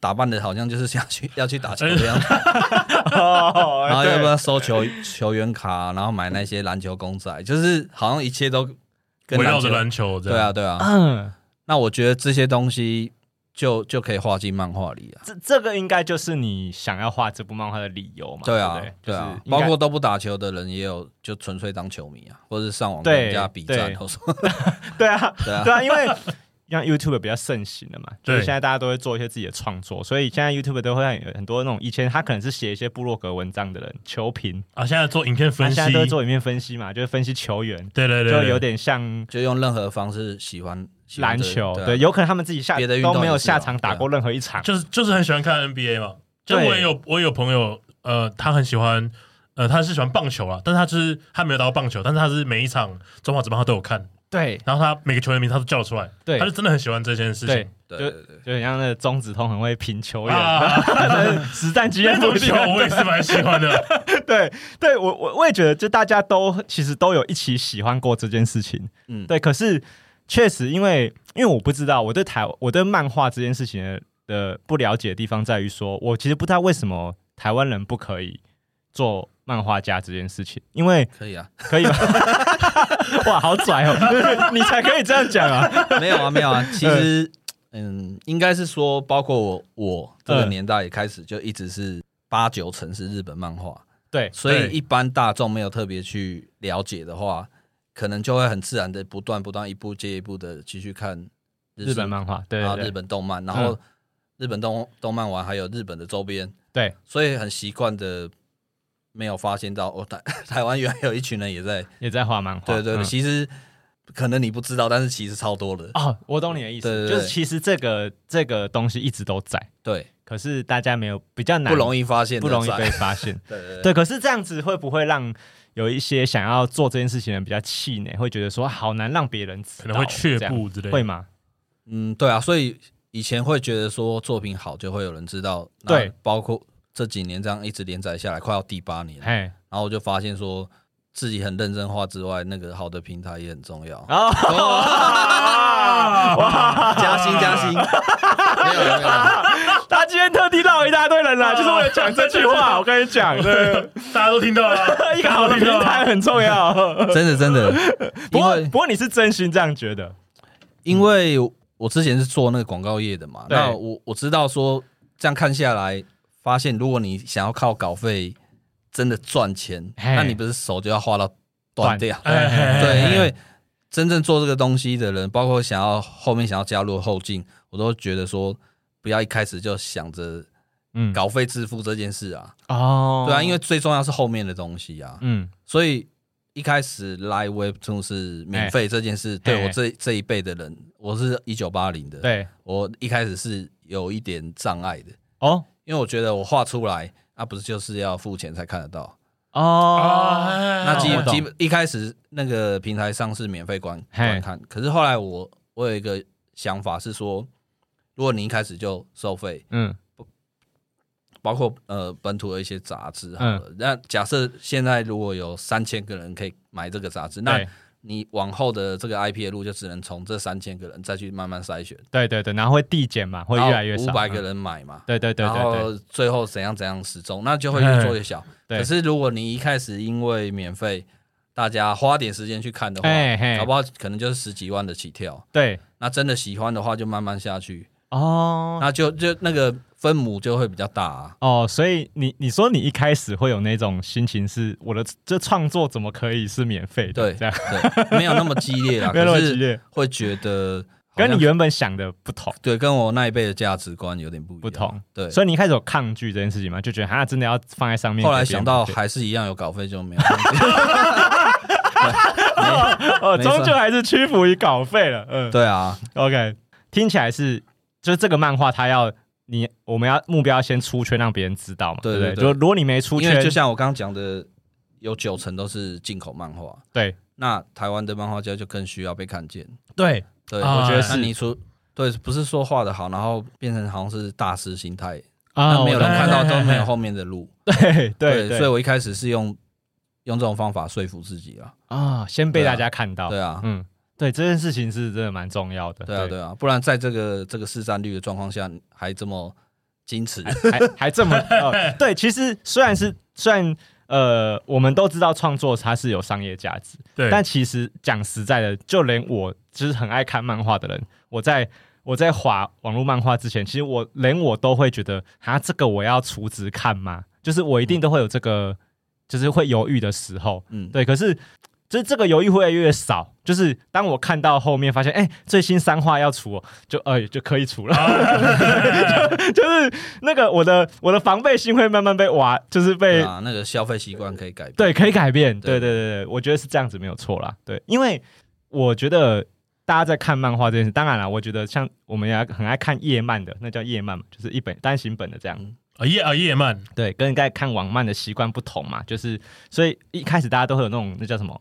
C: 打扮的好像就是想去要去打球的样子，
A: 哦
C: 然后要不
A: 对
C: 要收球球员卡，然后买那些篮球公仔，就是好像一切都跟
B: 围绕着
C: 球
B: 篮球这
C: 对啊
B: 样，
C: 对啊。
A: 嗯，
C: 那我觉得这些东西就就可以画进漫画里啊。
A: 这这个应该就是你想要画这部漫画的理由嘛？
C: 对
A: 对
C: 啊
A: 不，
C: 对
A: 就
C: 啊
A: 是，应该
C: 包括都不打球的人也有，就纯粹当球迷啊，或者是上网跟
A: 对
C: 人家比战
A: 对，
C: 或什么。
A: 对啊，
C: 对啊
A: 对啊，因为像 YouTube 比较盛行了嘛，就是
B: 对
A: 现在大家都会做一些自己的创作，所以现在 YouTube 都会让有很多那种以前他可能是写一些部落格文章的人球评，
B: 啊，现在做影片
A: 他
B: 分析
A: 现，在都会做里面分析嘛，就是分析球员，
B: 对对对，
A: 就
B: 对
A: 有点像
C: 就用任何方式喜欢喜欢
A: 篮
C: 这
A: 球，
C: 啊
A: 对，有可能他们自己下
C: 别的运动
A: 都没有
C: 也是啊
A: 下场打过任何一场，
B: 就是就是很喜欢看 NBA 嘛。就
A: 对
B: 我也有我也有朋友，呃，他很喜欢，呃，他是喜欢棒球啦，但是他就是他没有打过棒球，但是他是每一场中华职棒他都有看，
A: 对
B: 然后他每个球员名他都叫得出来，
A: 对
B: 他是真的很喜欢这件事
A: 对
B: 情。，
C: 对
A: 就
C: 对对
A: 就很像那个钟子通很会评球员，
B: 啊，
A: 实战经验
B: 那
A: 不
B: 种球我也是蛮喜欢的。
A: 对，对我我我也觉得，就大家都其实都有一起喜欢过这件事情，嗯，
C: 嗯
A: 对。可是确实，因为因为我不知道，我对台我对漫画这件事情的的不了解的地方在于说，我其实不知道为什么台湾人不可以做漫画家这件事情，因为
C: 可以啊，
A: 可以吗？ 哇，好拽哦！ 你才可以这样讲啊！
C: 没有啊没 有啊，其实嗯，应该是说，包括我我这个
A: 嗯
C: 年代也开始就一直是八九成是日本漫画，
A: 对，
C: 所
B: 对
C: 以一般大众没有特别去了解的话，可能就会很自然的不断不断一步接一步的继续看
A: 日本
C: 漫。
A: 漫画，对
C: 然后
A: 对
C: 啊日
A: 对
C: 本动漫，然
A: 嗯
C: 后日本动动漫完还有日本的周边，
A: 对，
C: 所以很习惯的没有发现到哦，台 台湾原来有一群人也在，
A: 也在画漫画，
C: 对对对，
A: 嗯
C: 其实可能你不知道，但是其实超多的，
A: 哦，我懂你的意思，
C: 对对
A: 就
C: 对
A: 是其实这个这个东西一直都在，
C: 对，
A: 可是大家没有比较难，
C: 不容易发现，
A: 不容易
C: 在
A: 被，发现。
C: 对对对，
A: 对，可是这样子会不会让有一些想要做这件事情的人比较气馁，会觉得说啊好难让别人知道，
B: 可能会却
A: 这样，
B: 步之类的，
A: 会吗？
C: 嗯，对啊，所以以前会觉得说作品好就会有人知道，那
A: 对，
C: 包括这几年这样一直连载下来，快要第八年了，
A: 嘿，
C: 然后我就发现说。自己很认真画之外，那个好的平台也很重要。
A: 哦，哇，
C: 加薪加薪，没有没有没有。
A: 他今天特地绕一大堆人来，就是为了讲这句话。我跟你讲， 对，，
B: 大家都听到了
A: 一个好的平
C: 啊
A: 台很重要。
C: 真的真的，
A: 不
C: 因
A: 过，
C: 为
A: 不过你是真心这样觉得，
C: 因为我之前是做那个广告业的嘛，
A: 对
C: 那我我知道说这样看下来，发现如果你想要靠稿费真的赚钱，
A: 嘿
C: 那你不是手就要画到断掉。
B: 哎
C: 对，因为真正做这个东西的人，包括想要后面想要加入后进，我都觉得说，不要一开始就想着
A: 嗯
C: 稿费致富这件事啊，
A: 哦
C: 对啊，因为最重要是后面的东西啊，
A: 嗯
C: 所以一开始来 Web Two 是免费这件事，对我这这一辈的人，我是一九八零的，
A: 对
C: 我一开始是有一点障碍的，
A: 哦
C: 因为我觉得我画出来，啊，不是就是要付钱才看得到。
A: 哦
B: 哦，
C: 那基
A: 我懂
C: 基本一开始那个平台上是免费观
A: 嘿
C: 观看，可是后来我我有一个想法是说，如果你一开始就收费，
A: 嗯
C: 包括呃本土的一些杂志好
A: 嗯
C: 了，那假设现在如果有三千个人可以买这个杂志，那
A: 对
C: 你往后的这个 IP 的路就只能从这三千个人再去慢慢筛选，
A: 对对对，然后会递减嘛，会越来越
C: 哦五
A: 少，
C: 百个
A: 嗯
C: 人买嘛，
A: 对对对
C: 然
A: 对对
C: 后最后怎样怎样始终，那就会越做越小。
A: 对
C: 可是如果你一开始因为免费，大家花点时间去看的话，
A: 嘿嘿
C: 搞不好可能就是十几万的起跳。
A: 对
C: 那真的喜欢的话，就慢慢下去，
A: 哦
C: 那就就那个分母就会比较大、啊。
A: 哦，所以你你说你一开始会有那种心情是，我的这创作怎么可以是免费的？
C: 对
A: 这样
C: 对， 没有那么激烈啦，
A: 没有那么
C: 可是
A: 激烈
C: 会觉得好像
A: 跟你原本想的不同
C: 对跟我那一辈的价值观有点不一样
A: 不同。
C: 对，
A: 所以你一开始有抗拒这件事情吗？就觉得他真的要放在上面给
C: 后
A: 别人
C: 来
A: 免费？
C: 想到还是一样有稿费就没有。
A: 哦，
C: 没错
A: 终究还是屈服于稿费了。嗯，
C: 对啊，
A: OK，听起来是就是这个漫画，它要你我们要目标要先出圈，让别人知道嘛，
C: 对
A: 不对？
C: 对对
A: 如果如果你没出
C: 因为
A: 圈，
C: 就像我刚刚讲的，有九成都是进口漫画，
A: 对
C: 那台湾的漫画家就更需要被看见。
A: 对
C: 对，
B: 啊
C: 我觉得
B: 是
C: 是你出对，不是说画的好，然后变成好像是大师心态，
A: 啊
C: 那没有
A: 我懂
C: 人看到
B: 嘿嘿
C: 都
B: 嘿
C: 没有后面的路。
A: 对对
C: 所以我一开始是用用这种方法说服自己啊。
A: 啊，先被大家看到，
C: 对啊，
A: 嗯，对这件事情是真的蛮重要的，
C: 对啊，对啊，不然在这个这个市占率的状况下，还这么矜 持，
A: 还 还这么、呃、对。其实虽然是虽然呃，我们都知道创作它是有商业价值，
B: 对，
A: 但其实讲实在的，就连我就是很爱看漫画的人，我在我在划网络漫画之前，其实我连我都会觉得，啊，这个我要除职看吗？就是我一定都会有这个，就是会犹豫的时候。
C: 嗯，
A: 对，可是就是这个犹豫会越来越少。就是当我看到后面发现，哎、最新三话要出哦，就哎、就可以出了，
C: 啊
A: 就就是那个我的我的防备心会慢慢被挖，就是被
C: 对啊，那个消费习惯可以改变。哎
A: 对，可以改变。对
C: 对
A: 对对对，我觉得是这样子没有错啦。对，因为我觉得大家在看漫画这件事，当然啦，我觉得像我们也很爱看页漫的，那叫页漫嘛，就是一本单行本的这样。
C: 嗯
B: 啊叶啊叶曼，
A: 对，跟在看网漫的习惯不同嘛，就是所以一开始大家都会有那种那叫什么，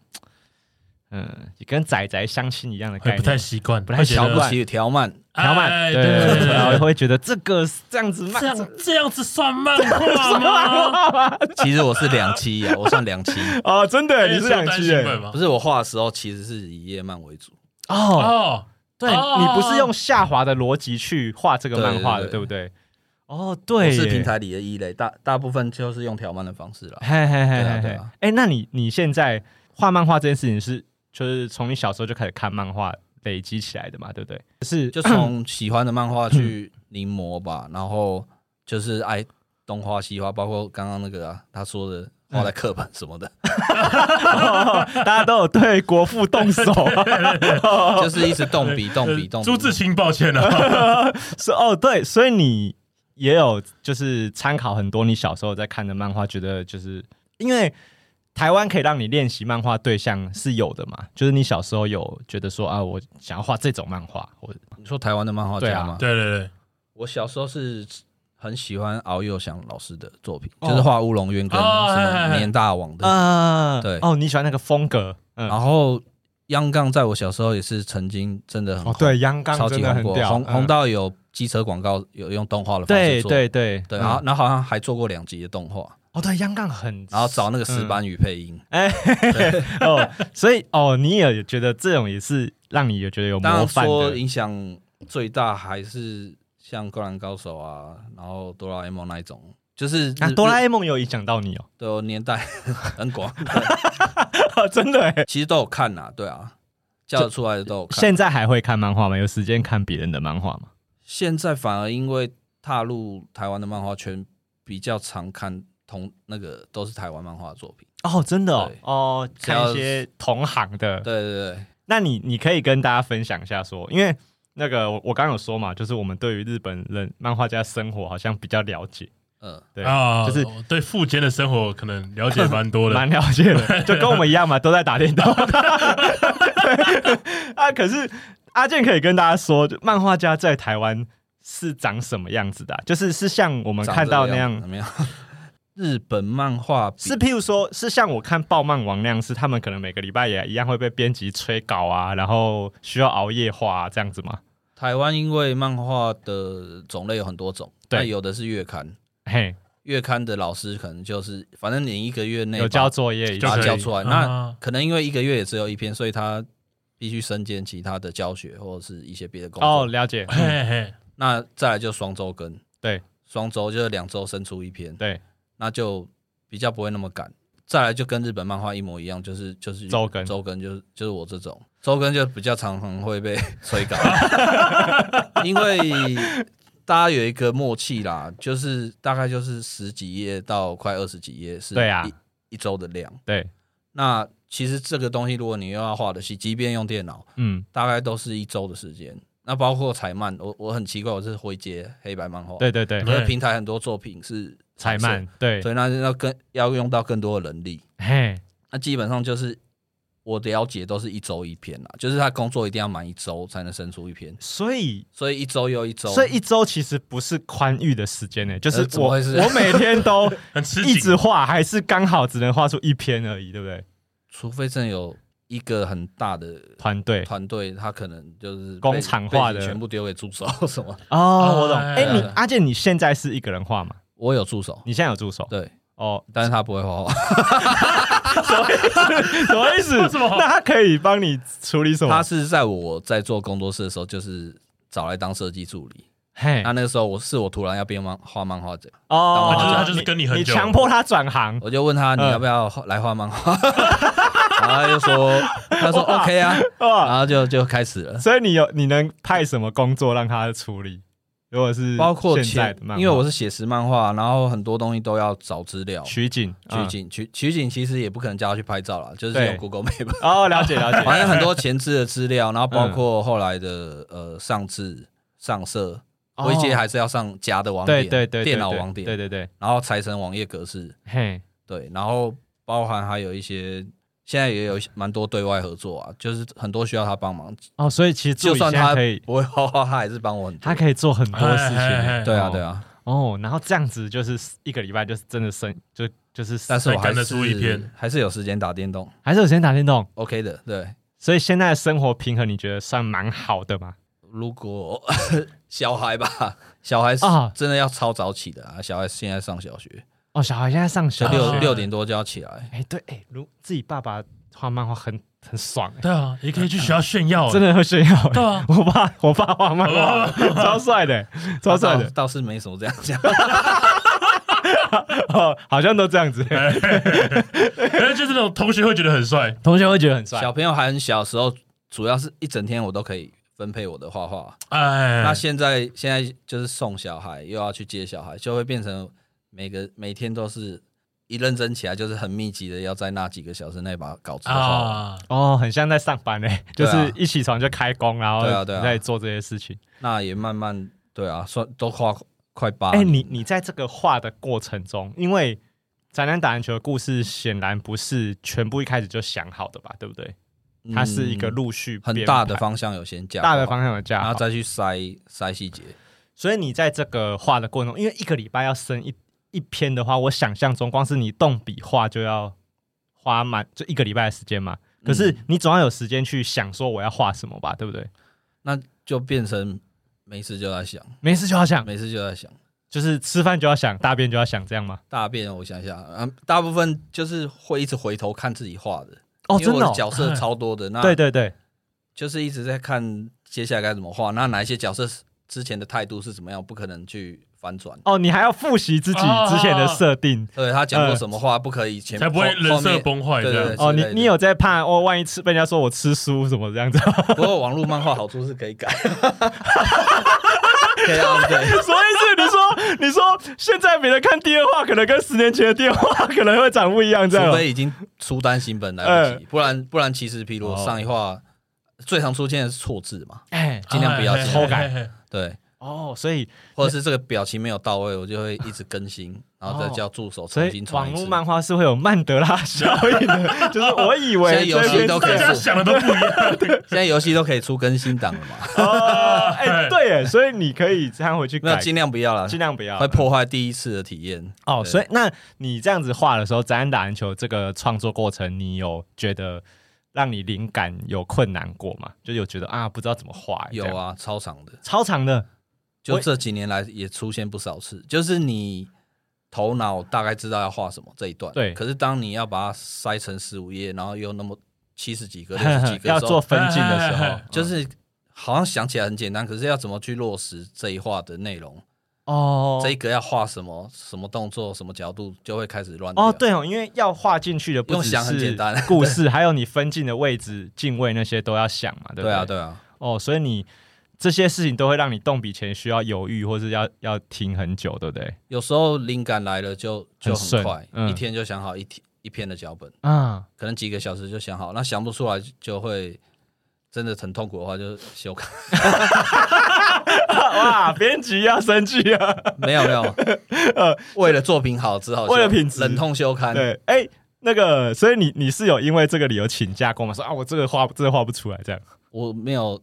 A: 嗯、跟仔仔相亲一样的概
B: 还
A: 念，
B: 不太习惯，
A: 不太
B: 会觉
A: 习
C: 瞧
B: 得
C: 不起条漫，
A: 条漫，
B: 哎
A: 对
B: 对
A: 对对
B: 对
A: 对，然后
B: 对，
A: 会觉得这个是这样子漫
B: 这样这样子算漫画 吗？
C: 其实我是两期啊， 我算两期，
A: 哦，真的，你是
B: 哎是
A: 两
B: 单
A: 期
B: 行
A: 耶，
B: 本吗
C: 不？是我画的时候其实是以叶漫为主，
A: 哦
B: 哦，
A: 对
B: 哦
A: 你不是用下滑的逻辑去画这个漫画的，对
C: 对
A: 不
C: 对
A: 对？哦，
C: 我
A: 对，
C: 是平，台里的一类，大大部分就是用条漫的方式啦。
A: 嘿嘿嘿
C: 对
A: 嘿
C: 啊对
A: 嘿
C: 啊。
A: 哎，那你你现在画漫画这件事情是，就是从你小时候就开始看漫画累积起来的嘛，对不对？是
C: 就从喜欢的漫画去临摹
A: 嗯
C: 吧，然后就是爱东画西画，包括刚刚那个、啊、他说的画在课本什么 的，
A: 大家都有对国父动 手，哦
C: 就是一直动笔动笔动笔。
B: 呃朱自清，抱歉啊 了，
A: 是哦，对，所以你也有就是参考很多你小时候在看的漫画，觉得就是因为台湾可以让你练习漫画对象是有的嘛，就是你小时候有觉得说啊，我想要画这种漫画，或者
C: 你说台湾的漫画家吗？
A: 啊
B: 对对对，
C: 我小时候是很喜欢敖幼祥老师的作品，
A: 哦
C: 就是画《乌龙院》跟
B: 哦
C: 什
B: 嘿嘿
C: 么
B: 嘿
C: 年大王的。
A: 啊
C: 对
A: 哦，你喜欢那个风格，嗯，
C: 然后央杠在我小时候也是曾经真的很
A: 哦
C: 红，
A: 对，阳刚
C: 超
A: 真
C: 级
A: 的
C: 红
A: 很
C: 过，
A: 屌，
C: 红
A: 嗯
C: 红到有机车广告有用动画的方
A: 对
C: 式做。
A: 对对
C: 对，
A: 嗯
C: 啊然后然后好像还做过两集的动画，
A: 哦对，阳刚很，
C: 然后找那个石
A: 嗯
C: 斑鱼配音。
A: 哎 哦，所以哦，你也觉得这种也是让你有觉得有
C: 当
A: 模
C: 然
A: 范
C: 说
A: 的啊
C: 影响最大还是像《灌篮高手》啊，然后《哆啦 A 梦》那一种，就是
A: 啊，
C: 日
A: 哆啦
C: 日
A: A 梦有影响到你哦，
C: 对哦年代 很广，
A: 真的哎。
C: 其实都有看呐、对啊，叫得出来的都有看。
A: 现在还会看漫画吗？有时间看别人的漫画吗？
C: 现在反而因为踏入台湾的漫画圈，比较常看同那个都是台湾漫画作品。
A: 哦，真的哦
C: 对，
A: 哦，
C: 只要
A: 看一些同行的，
C: 对对对，
A: 那你你可以跟大家分享一下说，因为那个我我刚刚有说嘛，就是我们对于日本人漫画家生活好像比较了解，
C: 嗯，
A: 对，
B: 啊，
A: 就是
B: 我对富坚的生活可能了解蛮多的。
A: 蛮了解 的，就跟我们一样嘛，都在打电动。 对啊，可是阿健可以跟大家说，就漫画家在台湾是长什么样子的啊、就是是像我们
C: 长
A: 看
C: 这
A: 到
C: 个
A: 那
C: 样子
A: 样
C: 怎么样？ 日本漫画比
A: 是，譬如说，是像我看《爆漫王》那样，是他们可能每个礼拜也一样会被编辑催稿啊，然后需要熬夜画、啊、这样子吗？
C: 台湾，因为漫画的种类有很多种，
A: 对
C: 那有的是月刊，
A: 嘿，
C: 月刊的老师可能就是，反正你一个月内
A: 有
C: 把
A: 交作业一
B: 就
A: 下
C: 把
B: 可
C: 它
B: 以
C: 交出
A: 嗯
C: 来，那
B: 啊
C: 可能因为一个月也只有一篇，所以他必须身兼其他的教学或者是一些别的工作。
A: 哦，了解，
B: 嘿嘿，
C: 那再来就双周更，
A: 对，
C: 双周就是两周生出一篇，
A: 对，
C: 那就比较不会那么赶。再来就跟日本漫画一模一样，就是就是
A: 周更
C: 周更就是就是我这种周更就比较常常 会被催稿，因为大家有一个默契啦，就是大概就是十几页到快二十几页是
A: 对啊
C: 一一周的量。
A: 对，
C: 那其实这个东西如果你又要画的细，即便用电脑，
A: 嗯，
C: 大概都是一周的时间。那包括彩漫，我我很奇怪，我是会接黑白漫画，
A: 对对对
B: 嗯，
C: 因为平台很多作品是
A: 彩
C: 彩色
A: 漫，，对，
C: 所以那要更要用到更多的人力。
A: 嘿，
C: 那基本上就是我了解都是一周一篇啦，就是他工作一定要满一周才能生出一篇，
A: 所以
C: 所以一周又一周，
A: 所以一周其实不是宽裕的时间呢、就是
C: 呃怎
A: 我
C: 么会 是
A: 我每天都
B: 很吃
A: 一直
B: 紧。
A: 画，还是刚好只能画出一篇而已，对不对？
C: 除非真的有一个很大的
A: 团队
C: 团队，他可能就是被
A: 工厂化的
C: 被你全部丢给助手 什么。
A: 哦，我懂。
B: 哎
A: 哎、你
C: 对
A: 阿健，你现在是一个人画吗？
C: 我有助手，
A: 你现在有助手
C: 对，
A: 哦？
C: 但是他不会画画，
A: 什么意思？
B: 为什么
A: 那他可以帮你处理什么
C: 他？是在我在做工作室的时候，就是找来当设计助理。
A: 嘿
C: 那那个时候我是我突然要变漫画漫画者，
A: 哦，
C: 他就是
B: 啊他就是跟你
A: 你
B: 很久
A: 你强迫他转行，
C: 我就问他你
A: 嗯
C: 要不要来画漫画， 然后他就说他说 OK 啊，
A: 哇！
C: 然后就就开始了，
A: 所以你有你能派什么工作让他处理？如果是
C: 包括
A: 现在
C: 前
A: 的漫，画，
C: 因为我是写实漫画，然后很多东西都要找资料。
A: 取景
C: 取
A: 嗯
C: 景取取景其实也不可能叫他去拍照啦，就是
A: 对
C: 用 Google Map，
A: 哦，了解了解，
C: 反正很多前置的资料，然后包括后来的呃上字上色，
A: 哦
C: 我一接还是要上夹的网
A: 对
C: 点，
A: 对对，对
C: 电脑
A: 对
C: 网点，
A: 对对对，
C: 然后裁成网页格式，
A: 嘿，
C: 对，然后包含还有一些，现在也有蛮多对外合作啊，就是很多需要他帮忙，
A: 哦，所以其实助
C: 就
A: 理
C: 算
A: 现
C: 他
A: 在可以，
C: 不会画画，他还是帮我很多。
A: 他可以做很多事
B: 哎哎
A: 情
B: 哎，
C: 对啊，
A: 哦
C: 对，啊，
A: 哦，然后这样子就是一个礼拜就是真的生就就是，
C: 但是我
B: 才
C: 还
B: 赶
C: 是
B: 得出一篇
C: 还是有时间打电动
A: 还是有时间打电动，
C: ，OK 的。对，
A: 所以现在的生活平衡你觉得算蛮好的嘛？
C: 如果 小孩吧，小孩是
A: 啊
C: 真的要超早起的啊，小孩现在上小学，
A: 哦，小孩现在上学
C: 就六
B: 啊
C: 六点多就要起来。
A: 哎，对，哎，如自己爸爸画漫画很很爽，哎
B: 对啊，也可以去学校炫耀。啊
A: 真的会炫耀。
B: 对
A: 哎
B: 啊，
A: 我爸我爸画漫
C: 哦
A: 画 超帅的，哎超帅
C: 倒
A: 的，
C: 倒是没什么这样 讲，
A: 哦，好像都这样子，
C: 哎
B: 反正哎就是那种同学会觉得很帅。
A: 同学会觉得很帅。
C: 小朋友还很小时候，主要是一整天我都可以分配我的画画。
A: 嗯
B: 哎，
C: 那现在现在就是送小孩，又要去接小孩，就会变成每个每天都是一认真起来，就是很密集的要在那几个小时内把稿子画完。
B: 啊，
A: 哦，很像在上班嘞，就
C: 对啊
A: 是一起床就开工，然
C: 对
A: 后
C: 啊对啊
A: 在做这些事情。
C: 那也慢慢对啊，算都画快八
A: 哎、
C: 年。
A: 你你在这个画的过程中，因为宅男打篮球的故事显然不是全部一开始就想好的吧，对不对？
C: 嗯
A: 它是一个陆续
C: 很
A: 编
C: 大的
A: 排
C: 方向有先架好，
A: 大的方向的架
C: 然
A: 好
C: 后，再去塞塞细节。
A: 所以你在这个画的过程中，因为一个礼拜要生一一篇的话，我想象中光是你动笔画就要花满就一个礼拜的时间嘛。可是你总要有时间去想说我要画什么吧，对不对？
C: 那就变成没事就在想，
A: 没事就要想，
C: 没事就在想。
A: 就是吃饭就要想，大便就要想，这样吗？
C: 大便，我想一下，啊，大部分就是会一直回头看自己画的，
A: 哦，
C: 因为
A: 真
C: 我
A: 的
C: 的
A: 哦、
C: 角色超多的。那
A: 对对对，
C: 就是一直在看接下来该怎么画，那哪一些角色之前的态度是怎么样，不可能去反转。
A: 哦，你还要复习自己之前的设定。
C: 对他讲过什么话，不可以前
B: 呃才不会
C: 后
B: 人
C: 后
B: 设
C: 面。
B: 崩坏
C: 对
B: 这
C: 对
B: 样
C: 对。
A: 哦，你
C: 之类的
A: 你有在怕哦？万一吃被人家说我吃书什么这样 子，所
C: 不过网络漫 画好处是可以改，可以啊，对，
A: 以是你说你说说现在别人看第二话，可能跟十年前的第二话可能会长不一样， 这样
C: 除
A: 哦。呃
C: 非已经出单行本来不及，不然不然其实譬如
B: 哦
C: 上一话最常出现的是错字嘛，
A: 哎
C: 尽量不要
B: 哎
C: 进
A: 来
B: 嘿嘿嘿嘿
C: 对，
A: 哦，所以
C: 或者是这个表情没有到位，我就会一直更新，然
B: 哦
C: 后再叫助
A: 所
C: 手重
A: 以
C: 新传
A: 网
C: 一
A: 络
C: 次。
A: 漫画是会有曼德拉效应 的，就是我以为
C: 现在游戏
A: 这边
C: 都 可
B: 大
C: 以
B: 家想的都不一样。
C: 现在游戏都可以出更新档了 嘛？
A: 哦，哎，对耶，所以你可以这样回去
C: 没有，
A: 改，
C: 尽量不要了，
A: 尽量不要
C: 会破坏第一次的体验。
A: 哦。
C: 对
A: 所以那你这样子画的时候，展览打篮球这个创作过程，你有觉得让你灵感有困难过吗？就有觉得啊，不知道怎么画，
C: 有
A: 这样，
C: 啊，超长的，
A: 超长的
C: 就这几年来也出现不少次，就是你头脑大概知道要画什么这一段，
A: 对
C: 可是当你要把它塞成十五页，然后又那么七十几个、六 十几个
A: 要
C: 的时
A: 做
C: 候，
A: 分镜的时
B: 哎哎哎
A: 候
B: 哎，
C: 就是好像想起来很简单，可是要怎么去落实这一画的内容，
A: 哦
C: 这一个要画什么、什么动作、什么角度，就会开始乱掉
A: 哦，，对哦，因为要画进去的不
C: 用
A: 只
C: 想很
A: 是
C: 简单
A: 故事，还有你分镜的位置、进位那些都要想嘛，对不
C: 对啊，对啊，
A: 哦，所以你这些事情都会让你动笔前需要犹豫，或是要要停很久，对不对？
C: 有时候灵感来了就就
A: 很顺
C: 很快，
A: 嗯
C: 一天就想好一天一篇的脚本。
A: 啊，
C: 可能几个小时就想好，那想不出来就会真的很痛苦的话，就修改。
A: 哇，编辑要生气 啊！
C: 没有没有，为了作品好，只好修
A: 呃为了品质
C: 忍痛修刊。
A: 对，哎、那个，所以你你是有因为这个理由请假过吗？说啊，我这个画这个画不出来，这样
C: 我没有，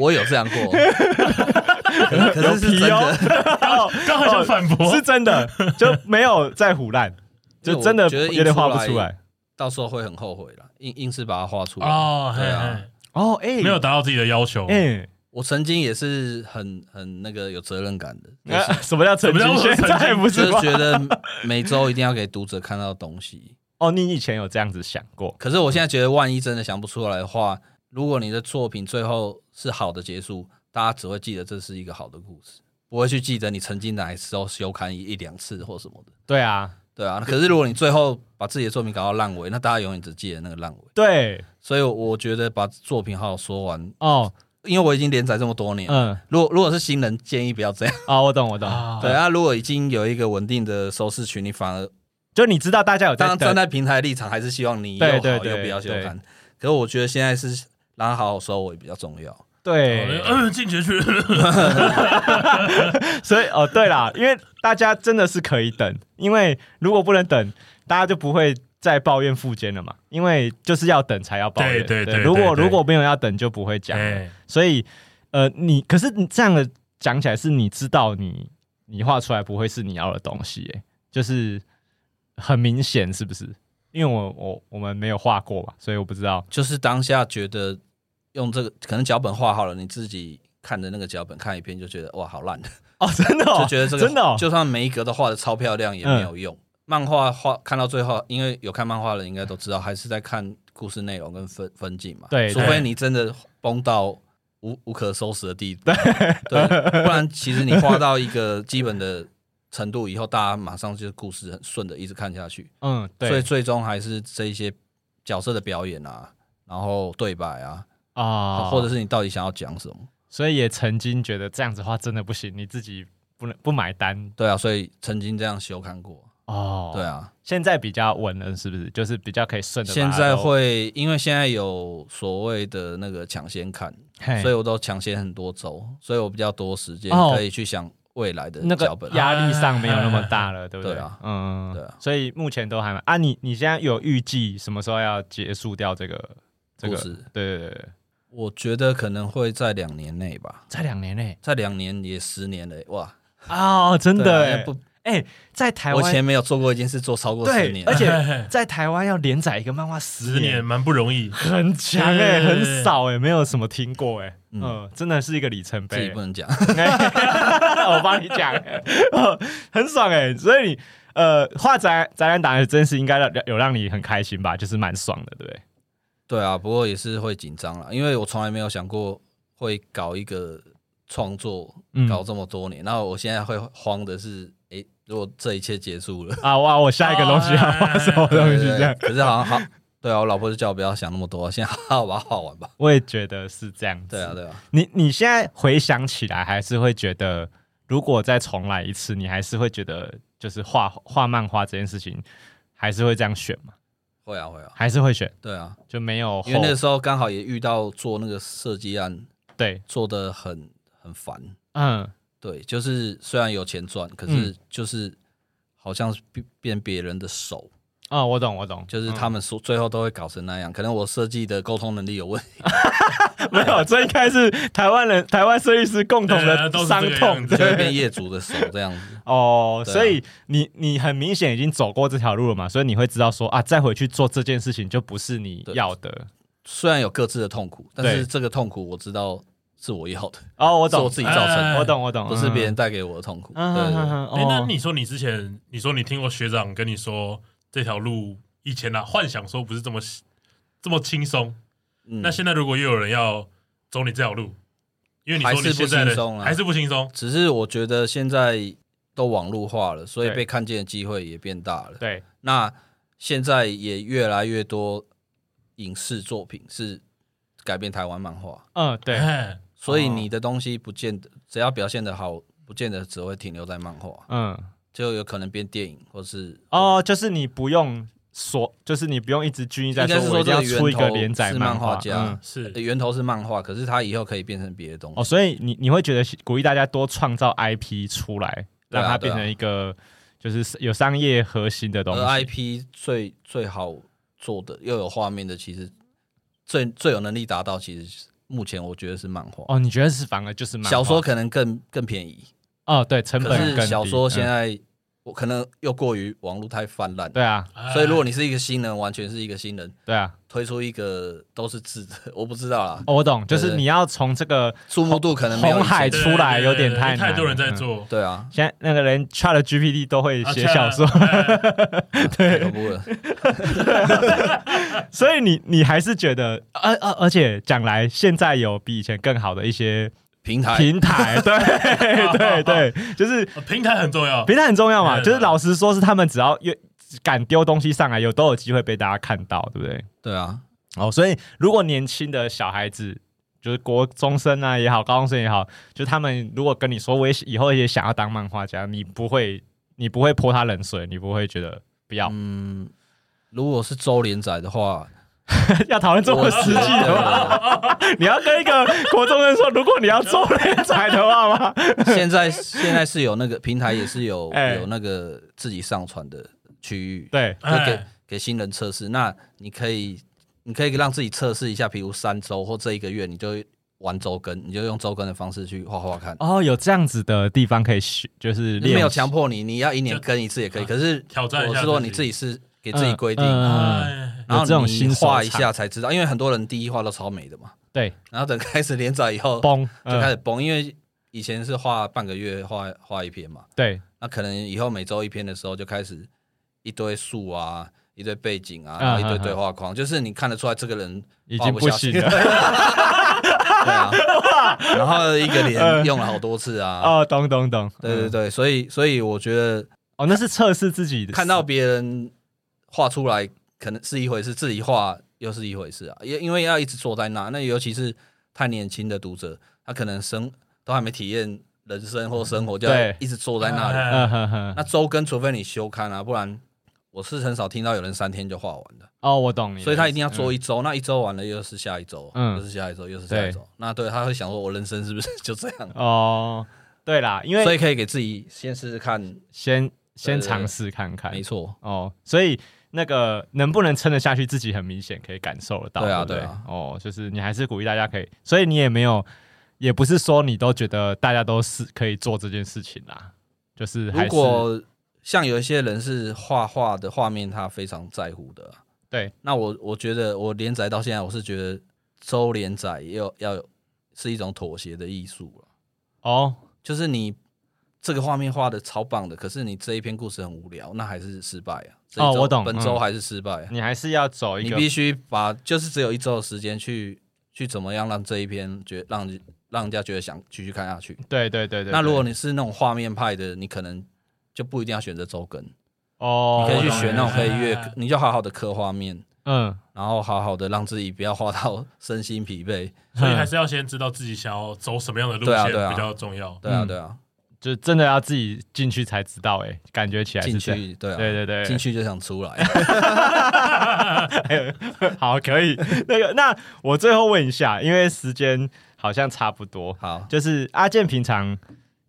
C: 我有这样 过，可是可是
A: 有皮
C: 是真的，
A: 哦，
B: 刚好想反驳
C: 哦
A: 是，真的，就没有在胡 乱，就真的
C: 因为我觉得印
A: 有点画不出
C: 出
A: 来。
C: 到时候会很后悔了，硬硬是把它画出来。
B: 哦，嘿
C: 对啊
B: 嘿
A: 哦，哎、
B: 没有，达到自己的要求。
A: 哎、
C: 我曾经也是很很那个有责 任感的，
A: 那、什么叫成绩
B: 什么？叫
A: 现
B: 成绩
A: 在不
C: 就是是
A: 吗？
C: 觉得每周一定要给读者看到东西。
A: 哦，你以前有这样子想过？
C: 可是我现在觉得，万一真的想不出来的话，如果你的作品最后是好的结束，大家只会记得这是一个好的故事，不会去记得你曾经哪时候修刊一一两次或什么的。
A: 对啊，
C: 对啊，可是如果你最后把自己的作品搞到烂尾，那大家永远只记得那个烂尾。
A: 对，
C: 所以我觉得把作品好好说完，
A: 哦，
C: 因为我已经连载这么多年。
A: 嗯，
C: 如果如果是新人，建议不要这样。
A: 哦，我懂，我懂。
B: 啊
C: 对啊，如果已经有一个稳定的收视群，你反而
A: 就你知道大家有在
C: 当然
A: 等
C: 站在平台立场，还是希望你又
A: 对
C: 好
A: 对
C: 又
A: 对
C: 不要修
A: 对
C: 刊。可是我觉得现在是让他好好收尾比较重要。哦
A: 对，
B: 嗯，进决去。
A: 所以哦，对啦，因为大家真的是可以等，因为如果不能等，大家就不会再抱怨附间了嘛，因为就是要等才要抱怨。
B: 对对对
A: 如果
B: 对对
A: 如果没有要等，就不会讲了。
B: 哎
A: 所以呃，你可是你这样的讲起来，是你知道你你画出来不会是你要的东西、欸，就是很明显，是不是？因为我我我们没有画过嘛，所以我不知道。
C: 就是当下觉得用这个可能脚本画好了，你自己看的那个脚本看一遍就觉得哇好烂，
A: 哦，真 的、哦，
C: 就觉得这个
A: 真的、哦，嗯
C: 就算每一格都画的超漂亮也没有用。漫画画看到最后，因为有看漫画的人应该都知道，还是在看故事内容跟分分镜嘛。
A: 对
C: 除
A: 对
C: 非你真的崩到无无可收拾的地步，对，不然其实你画到一个基本的程度以后，大家马上就是故事很顺的一直看下去。
A: 嗯，
C: 所以
A: 对
C: 最终还是这一些角色的表演啊，然后对白啊，
A: 啊，
C: 或者是你到底想要讲什么？
A: 所以也曾经觉得这样子的话真的不行，你自己不能不买单
C: 对啊，所以曾经这样修刊过，
A: 哦。
C: 对，啊，
A: 现在比较稳了，是不是？就是比较可以顺着。
C: 现在，会因为现在有所谓的那个抢先看，
A: 嘿
C: 所以我都抢先很多周，所以我比较多时间
A: 哎哦
C: 可以去想未来的
A: 那
C: 脚
A: 个
C: 本。啊
A: 压力上没有那么大 了，对不
C: 对啊
A: 嗯，
C: 对啊
A: 所以目前都还蛮啊，你你现在有预计什么时候要结束掉这个这个
C: 故事？
A: 对对对对，
C: 我觉得可能会在两年内吧，
A: 在两年内
C: 在两年也十年了，哇，
A: 哦，真的
C: 对啊
A: 欸
C: 不，
A: 哎，在台
C: 我以
A: 湾
C: 前没有做过一件事做超过十
A: 对，
C: 年
A: 而，
B: 嘿
A: 且
B: 嘿
A: 在台湾要连载一个漫画十
B: 十年蛮不容易。
A: 很强哎、
B: 对
A: 很少哎、没有什么听过哎、嗯、
C: 嗯
A: 真的是一个里程
C: 自己
A: 碑、
C: 不能讲。
A: 我帮你讲、 呃很爽哎、所以你呃画展展览打的真是应该让有让你很开心吧，就是蛮爽的，对不对？
C: 对啊，不过也是会紧张啦，因为我从来没有想过会搞一个创作
A: 嗯，
C: 搞这么多年，然后我现在会慌的是，诶，如果这一切结束了，
A: 啊哇，我下一个东西要画 什么东西
C: 哦对
A: 这样？
C: 可是好像好，对啊，我老婆就叫我不要想那么多，现在好好把它画完吧。
A: 我也觉得是这样子。
C: 对啊，对啊，
A: 你你现在回想起来，还是会觉得，如果再重来一次，你还是会觉得就是画画漫画这件事情还是会这样选嘛？
C: 会啊会啊，
A: 还是会选，
C: 对啊，
A: 就没有后
C: 因为那个时候刚好也遇到做那个设计案
A: 对，
C: 做的很很烦，
A: 嗯，
C: 对，就是虽然有钱赚，可是就是好像是变变别人的手，
A: 哦，我懂，我懂，
C: 就是他们说最后都会搞成那样。可能我设计的沟通能力 有问题，
A: 没有，这应该是台湾人、台湾设计师共同
B: 对
A: 的
B: 都是这
A: 伤
B: 个
A: 痛
B: 样子
C: 就会变业主的手这样子。
A: 哦。
C: 对啊
A: 所以你你很明显已经走过这条路了嘛，所以你会知道说啊，再回去做这件事情就不是你
C: 对
A: 要的。
C: 虽然有各自的痛苦，但
A: 对
C: 是这个痛苦我知道是我要的，
A: 哦，我
C: 是
A: 懂，
C: 我自己造成
B: 哎
C: 的，
A: 我懂，我懂，
C: 不是别人
A: 嗯。
C: 带给我的痛苦。对
A: 嗯
C: 对
A: 嗯
C: 对
A: 嗯，
B: 哎、
A: 嗯
B: 那你说你之前，你说你听过学长跟你说这条路以前啊，幻想说不是这么这么轻松，
C: 嗯
B: 那现在如果又有人要走你这条路，因为你说
C: 还是
B: 你
C: 不
B: 现在的
C: 轻松啊
B: 还是不轻松，
C: 只是我觉得现在都网络化了，所以
A: 对
C: 被看见的机会也变大了。
A: 对，
C: 那现在也越来越多影视作品是改变台湾漫画，
A: 嗯，对，
B: 哎
C: 所以
A: 哦
C: 你的东西不见得只要表现的好，不见得只会停留在漫画，
A: 嗯，
C: 就有可能变电影或是。
A: 哦，就是你不用说，就是你不用一直拘泥在
C: 应该是
A: 我一定
C: 这
A: 要
C: 个
A: 出一个
C: 源
A: 连
C: 头
A: 载
C: 是漫
A: 画
C: 家，
A: 嗯
B: 是
C: 呃源头是漫画，可是它以后可以变成别的东西。
A: 哦，所以你你会觉得鼓励大家多创造 IP 出来，
C: 对啊
A: 让它
C: 对
A: 变
C: 啊
A: 成一个就是有商业核心的东西。
C: 而 IP 最最好做的又有画面的，其实最最有能力达到，其实是目前我觉得是漫画。
A: 哦，你觉得是反而就是漫画
C: 小说可能更更便宜，
A: 哦，对，成
C: 可
A: 本更
C: 是
A: 低
C: 小说现、
A: 嗯
C: 在、我可能又过于网络太泛滥，
A: 对啊，
C: 所以如果
B: 你
C: 你是一个新人，完全是一个新人，
A: 对啊，
C: 推出一个都是字的， 我不知道啦，
A: 哦，我懂，就
C: 对
A: 是你要从这个
C: 注目度可能没有以
A: 红海
B: 哎
C: 前
A: 出来有点太
B: 太
A: 难
B: 太多人在做，
C: 对啊，
A: 现在那个人 Chat GPT 都会
B: 啊
A: 写小说，
B: 天啊哎
C: 太恐怖了。啊
A: 所以你你还是觉得，而、而、而且讲来，现在有比以前更好的一些
C: 平台
A: 平台， 对对对，就是
B: 哦平台很 重要，
A: 平台很重要
C: 嗯
A: 嘛，
B: 对
A: 就是老实说，是他们只要越敢丢东西上来，有都有机会被大家看到，对不对？
C: 对啊，
A: 哦，所以如果年轻的小孩子，就是国中生啊也好，高中生也好，就他们如果跟你说我也以后也想要当漫画家，你不会，你不会泼他冷水，你不会觉得不要、
C: 嗯，如果是周连载的话，
A: 要讨论这么
C: 我啊
A: 实际的吗？
C: 吗？
A: 你要跟一个国中生说，如果你要做连载的话 吗？
C: 现在现在是有那个平台，也是有、
A: 哎
C: 有那个自己上传的区域，
A: 对，
C: 就给
B: 哎
C: 给新人测试。那你可以你可以让自己测试一下，比如三周或这一个月，你就玩周更，你就用周更的方式去画画看。
A: 哦，有这样子的地方可以学，就是练习啊
C: 没有强迫你，你要一年更一次也可以。
B: 就
C: 可是
B: 挑战一
C: 我
B: 下
C: 是说
B: 自己
C: 你自己是给自己规定，
A: 嗯嗯
B: 哎
C: 然
A: 有这
C: 后
A: 种
C: 你
A: 新手
C: 画一
A: 场
C: 下才知道，因为很多人第一画都超美的嘛，
A: 对，
C: 然后等开始连载以后
A: 崩
C: 就开
A: 嗯
C: 始崩，因为以前是画半个月画画一篇嘛。
A: 对，
C: 那可能以后每周一篇的时候就开始一堆树啊，一堆背景啊，
A: 嗯
C: 然后一堆对话框，就是你看得出来这个人
A: 已
C: 画
A: 经
C: 哦不
A: 不
C: 下去
A: 行了。
C: 对啊，然后一个脸用了好多次啊，
A: 嗯哦，懂懂懂，
C: 对对
A: 嗯
C: 对，所以所以我觉得
A: 哦，那是测试自己的，
C: 看到别人画出来可能是一回事，自己画又是一回事啊，因因为要一直坐在那，那尤其是太年轻的读者，他可能生都还没体验人生或生活，就要
A: 对
C: 一直坐在那
B: 哎
C: 里。
A: 嗯哼哼，
C: 那周更，除非你休刊啊，不然我是很少听到有人三天就画完的，
A: 哦，我懂你的意思，
C: 所以他一定要做
A: 嗯
C: 一周。那一周完了又是下一周，
A: 嗯
C: 又是下一周，又是下一周。那对他会想说，我人生是不 是就这样？
A: 哦， 对啦，因
C: 所
A: 为
C: 以可以给自己先试试看，
A: 先先
C: 对对对
A: 尝试看看
C: 没，错，
A: 哦，所以那个能不能撑得下去，自己很明显可以感受得到。
C: 对啊
A: 对不
C: 对啊
A: 哦，就是你还是鼓励大家可以，所以你也没有，也不是说你都觉得大家都是可以做这件事情啦，就是还
C: 如
A: 是
C: 果像有一些人是画画的画面，他非常在乎的。
A: 对，
C: 那我我觉得我连载到现在，我是觉得周连载要要有是一种妥协的艺术了，
A: 哦
C: 就是你这个画面画的超棒的，可是你这一篇故事很无聊，那还是失败啊。这一
A: 哦
C: 周
A: 我懂
C: 本周还是失败啊、
A: 你还是要走一
C: 你
A: 个
C: 必须把就是只有一周的时间去去怎么样让这一篇觉让让人家觉得想继续看下去。
A: 对对对对。
C: 那如果
A: 对
C: 你是那种画面派的，你可能就不一定要选择周更，
A: 哦
C: 你，可以
B: 我
C: 去
B: 懂
C: 选那种可以
B: 哎哎
C: 越
B: 哎，
C: 你就好好的刻画面，
A: 嗯，
C: 然后好好的让自己不要画到 身心疲惫。
A: 嗯
B: 所以还是要先知道自己想要走什么样的路
C: 对啊
B: 线
C: 对啊
B: 比较重要。
C: 对啊，
A: 嗯
C: 对啊，
A: 就是真的要自己进去才知道、欸，哎，感觉起来是
C: 进
A: 这样。
C: 去对啊，
A: 对对对，
C: 进去就想出来。
A: 好，可以。那个，那我最后问一下，因为时间好像差不多，
C: 好，
A: 就是阿健平常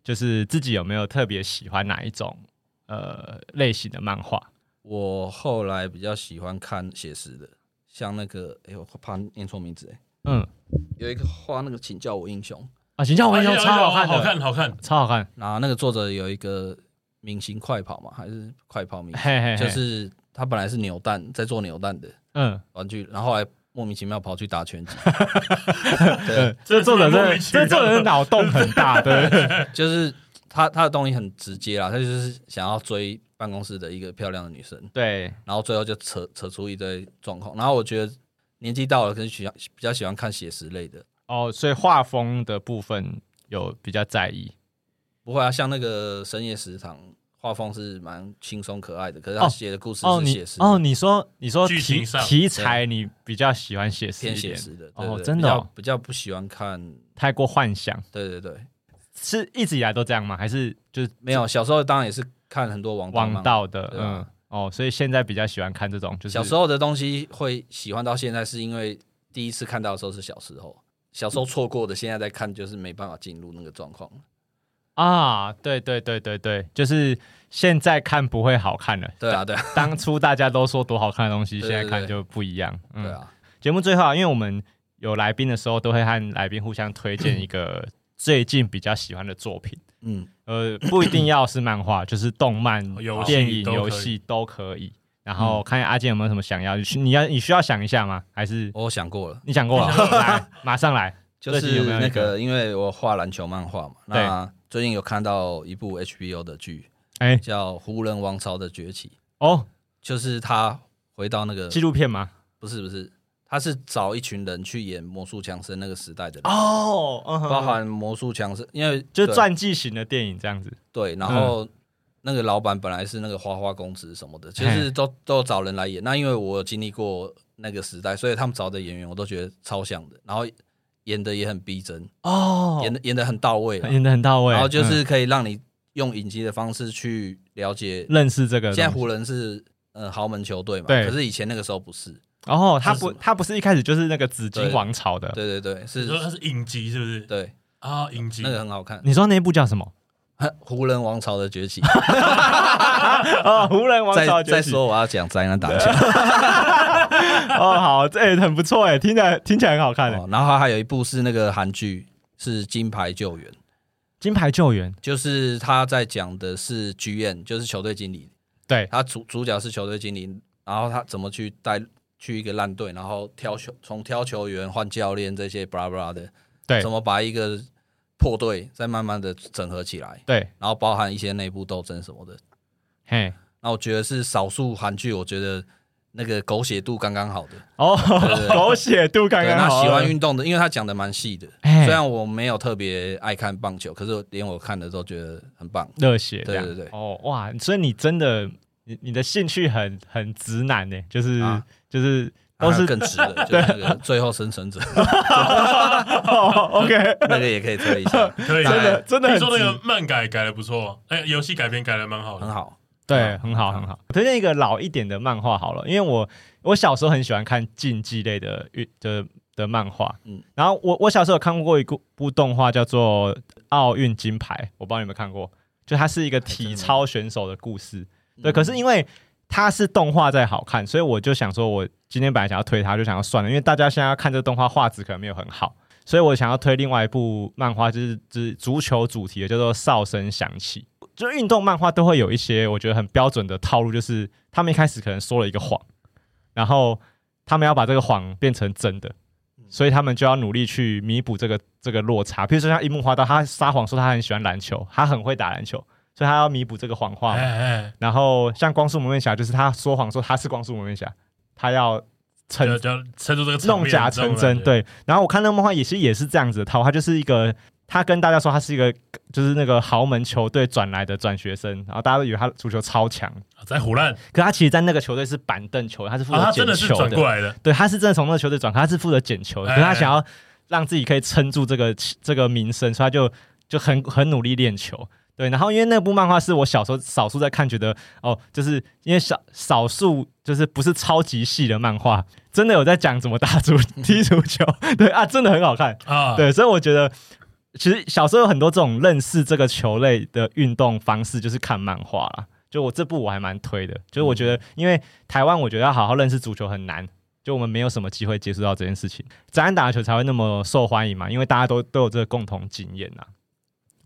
A: 就是自己有没有特别喜欢哪一种呃类型的漫画？
C: 我后来比较喜欢看写实的，像那个，哎、我怕念错名字，哎，
A: 嗯，
C: 有一个画那个《请叫我英雄》，
A: 啊，形象文雄超好看的，
B: 哎好看，好看。
A: 超好看，
C: 然后那个作者有一个明星快跑嘛，还是快跑明星，
A: 嘿嘿嘿，
C: 就是他本来是扭蛋，在做扭蛋的
A: 嗯，
C: 玩具，然后后来莫名其妙跑去打拳击，
A: 嗯
C: 对，
A: 这作者真
B: 莫
A: 的，
B: 名其妙
A: 这作者的脑洞很大，对，
C: 就是他他的动力很直接啦，他就是想要追办公室的一个漂亮的女生，
A: 对，
C: 然后最后就扯扯出一堆状况，然后我觉得年纪到了，可是喜欢比较喜欢看写实类的。
A: 哦，所以画风的部分有比较在意，
C: 不会啊，像那个深夜食堂，画风是蛮轻松可爱的，可是
A: 哦
C: 他写的故事
A: 哦，
C: 是
A: 你
C: 写实，
A: 哦，你说你说
B: 剧
A: 题
B: 情上
A: 题材你比较喜欢写实
C: 偏
A: 一
C: 写
A: 点，
C: 实的。对
A: 哦
C: 对对
A: 真的哦
C: 比较比较不喜欢看，
A: 太过幻想，
C: 对对对，
A: 是一直以来都这样吗？还是就是
C: 没有。小时候当然也是看很多王道漫
A: 王，道的？
C: 对
A: 嗯
C: 啊，
A: 哦，所以现在比较喜欢看这种，就是
C: 小时候的东西会喜欢到现在，是因为第一次看到的时候是小时候，小时候错过的，现在再看就是没办法进入那个状况。
A: 啊，对对对对对，就是现在看不会好看了。
C: 对啊，对啊，
A: 当初大家都说多好看的东西，
C: 对
A: 现
C: 对
A: 在看
C: 对
A: 就不一样。嗯
C: 对，啊，
A: 节目最后啊，因为我们有来宾的时候，都会和来宾互相推 荐一个最近比较喜欢的作品。
C: 嗯，
A: 呃，不一定要是漫画，就是动漫、
B: 游戏
A: 电影、
B: 都可以
A: 哦游戏都嗯可以。然后看看阿健有没有什么想要，你需你要你需要想一下吗？还是
C: 我想过了，
A: 哦你想过了？来，马上来。
C: 就
A: 最近
C: 是
A: 有没有
C: 那
A: 一个
C: 个，因为我画篮球漫画嘛，那最近有看到一部 HBO 的剧
A: 哎，
C: 叫《湖人王朝的崛起》。
A: 哦，
C: 就是他回到那个
A: 纪录片吗？
C: 不是不是，他是找一群人去演魔术强森那个时代的人，
A: 哦，嗯哼
C: 包含魔术强森，因为
A: 就是嗯
C: 对
A: 传记型的电影这样子。
C: 对，然后那个老板本来是那个花花公子什么的，就
A: 嘿
C: 是都都找人来演。那因为我有经历过那个时代，所以他们找的演员我都觉得超像的，然后演的也很逼真，
A: 哦
C: 演的演的很到位啦，
A: 演的很到位，
C: 然后就
A: 嗯
C: 是可以让你用影集的方式去了解。
A: 认识这个
C: 现
A: 东西。
C: 在湖人是呃豪门球队嘛，
A: 对
C: 可是以前那个时候不是，
A: 哦，他
C: 是
A: 不
C: 什么
A: 他不是一开始就是那个紫金
C: 对
A: 王朝的。
C: 对对对，
B: 你
C: 是
B: 说它是影集是不是？
C: 对，
B: 啊，影集
C: 那个很好看。
A: 你说那部叫什么？
C: 湖人王朝的崛起，
A: 哦， 湖人 王朝
C: 再
A: 崛起
C: 再说我要讲宅男打球、
A: 哦，好，这、欸、很不错哎，听起来听起来很好看哎，
C: 哦，然后还有一部是那个韩剧是《金牌救援》，
A: 金牌救援》
C: 就是他在讲的是 GM，就是球队经理，
A: 对，
C: 他主主角是球队经理，然后他怎么去带去一个烂队，然后挑球从挑球员换教练这些 blah blah 的，
A: 对
C: 怎么把一个破队再慢慢的整合起来，
A: 对，
C: 然后包含一些内部斗争什么的，
A: 嘿，
C: 那我觉得是少数韩剧，我觉得那个狗血度刚刚好的。
A: 哦
C: 对，对
A: 狗血度刚
C: 对，
A: 刚
C: 那
A: 好。啊
C: 喜欢运动的，因为他讲的蛮细的，
A: 哎
C: 虽然我没有特别爱看棒球，可是连我看的都觉得很棒。
A: 热血这
C: 对
A: 样，
C: 对对，
A: 哦，哇，所以你真的，你你的兴趣很很直男呢，就是、
C: 啊
A: 就是都
C: 然后 还
A: 是
C: 有更直的，就是那个最后生存者，
A: 哦，OK，
C: 那个也可以推一下，
B: 可以
A: 真
C: 哎
A: 的真的
B: 听
A: 很
B: 说那
A: 直
B: 个漫改改的不错，哎，游戏改编改的蛮好
C: 很
B: 的。
C: 好。
A: 对，
C: 啊
A: 很好，
C: 啊
A: 很好。我推荐一个老一点的漫画好了，因为我我小时候很喜欢看竞技类的运的的漫画，嗯
C: 嗯，
A: 然后我我小时候有看过一部部动画叫做《奥运金牌》，我不知道你有没有看过，就它是一个体操选手的故事，对。可是因为它是动画在好看，所以我就想说，我今天本来想要推它，就想要算了，因为大家现在要看这动画画质可能没有很好。所以我想要推另外一部漫画，就是就是足球主题的，叫做《哨声响起》。就运动漫画都会有一些我觉得很标准的套路，就是他们一开始可能说了一个谎，然后他们要把这个谎变成真的，
B: 嗯
A: 所以他们就要努力去弥补这个这个落差。比如说像樱木花道，他撒谎说他很喜欢篮球，他很会打篮球，所以他要弥补这个谎话
B: 哎
A: 嘛。
B: 哎，
A: 然后像光速蒙面侠，就是他说谎说他是光速蒙面侠，他要
B: 哎
A: 成
B: 就就撑住这个场
A: 弄
B: 面
A: 假
B: 这种
A: 成真，
B: 感觉
A: 对。然后我看那个漫画也是也是这样子的套，他就是一个他跟大家说他是一个就是那个豪门球队转来的转学生，然后大家都以为他足球超强，
B: 啊在胡乱
A: 可他其实，在那个球队是板凳球，他是负
B: 啊，
A: 责
B: 他
A: 捡
B: 真的是
A: 球
B: 转
A: 的，
B: 过来的，
A: 对，他是真的从那个球队转，可他是负责捡球的，可
B: 哎
A: 是他想要让自己可以撑住这个这个名声，所以他就就很很努力练球。对，然后因为那部漫画是我小时候少数在看，觉得哦，就是因为少少数就是不是超级细的漫画，真的有在讲怎么打足 踢足球，对啊，真的很好看，
B: 啊，
A: 对，所以我觉得其实小时候有很多这种认识这个球类的运动方式，就是看漫画啦。就我这部我还蛮推的，就是我觉得因为台湾，我觉得要好好认识足球很难。就我们没有什么机会接触到这件事情，宅安打球才会那么受欢迎嘛，因为大家都都有这个共同经验啊。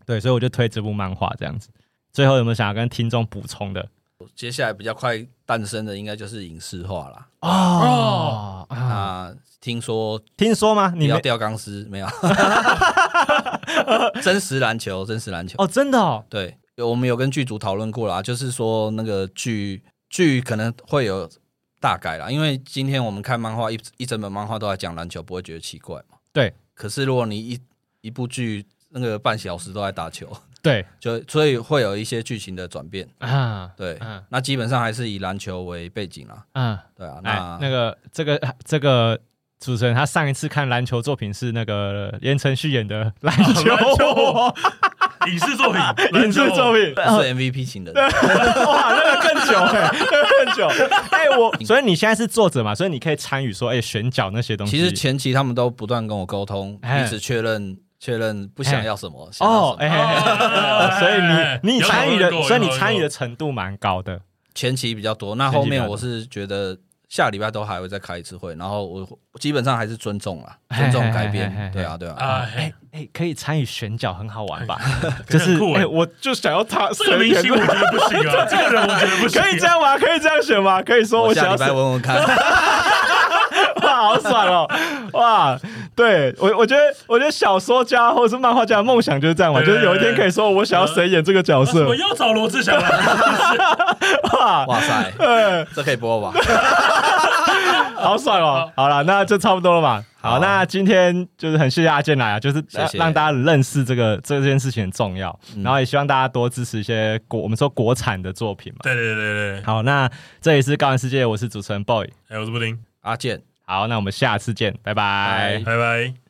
A: 对，所以我就推这部漫画这样子。最后有没有想要跟听众补充的？
C: 接下来比较快诞生的应该就是影视化啦。
A: 哦啊，
C: 啊，听说
A: 听说吗？你
C: 你要
A: 们
C: 吊钢 丝没有？真实篮球，真实篮球。
A: 哦，真的哦，
C: 对，有我们有跟剧组讨论过啦，就是说那个剧剧可能会有大改啦，因为今天我们看漫画一一整本漫画都在讲篮球，不会觉得奇怪嘛。
A: 对。
C: 可是如果你一一部剧那个半小时都在打球，
A: 对
C: 就所以会有一些剧情的转变。
A: 啊，
C: 对，
A: 嗯
C: 那基本上还是以篮球为背景啦。
A: 嗯。
C: 对啊，
A: 哎
C: 那，
A: 那个这个这个主持人，他上一次看篮球作品是那个言承旭演的《篮球
B: 篮球
A: 王
B: 影视作品，
A: 影视作品，
C: 不是 MVP 型的，对
A: 哇，那个更久哎，那个更久。哎，我所以你现在是作者嘛，所以你可以参与说，哎，选角那些东西。
C: 其实前期他们都不断跟我沟通，
A: 嗯哎
C: 一直确认确认不想要什么。想要
A: 哦
C: 什，么
A: 哎
B: 哦
A: 哎，所以你你
B: 有讨
A: 参
B: 论
A: 与的
B: 过，有
A: 所以你
B: 讨论
A: 参与
B: 过
A: 的程度蛮高的。
C: 前期比较多，
A: 前
C: 那
A: 期
C: 后
A: 比较
C: 面
A: 多
C: 我是觉得下礼拜都还会再开一次会，然后我基本上还是尊重啦，
A: 嘿
C: 尊重
A: 嘿
C: 改
A: 嘿
C: 编
A: 嘿嘿，
C: 对啊，对啊，
B: 啊，
A: 哎哎，可以参与选角，很好玩吧？就
B: 这
A: 是
B: 很酷哎
A: 哎，我就想要他
B: 这个明星我觉得不行 啊，这个人我觉得不行啊，
A: 可以这样吗？可以这样选吗？可以说
C: 我
A: 想
C: 下
A: 要
C: 礼拜
A: 选
C: 问 问看。
A: 哇，好爽哦！哇，对我，我觉得，我觉得小说家或者是漫画家的梦想就是这样嘛，就
B: 对
A: 是有一天可以说我想要谁演这个角
B: 我
A: 色，
B: 又找罗志祥啊了，
A: 哇，
C: 哇塞，
A: 对，
C: 这可以播吧？
A: 好爽哦！好了，那就差不多了嘛。好，
C: 好
A: 那今天就是很谢谢阿健来啊，就是
C: 谢谢
A: 让大家认识这个这件事情很重要，
C: 嗯
A: 然后也希望大家多支持一些国我们说国产的作品嘛。
B: 对对对对对，
A: 好，那这里是高玩世界，我是主持人 boy。
B: 哎，我是布丁，
C: 阿健，
A: 好，那我们下次见，拜拜
C: 拜
B: 拜拜。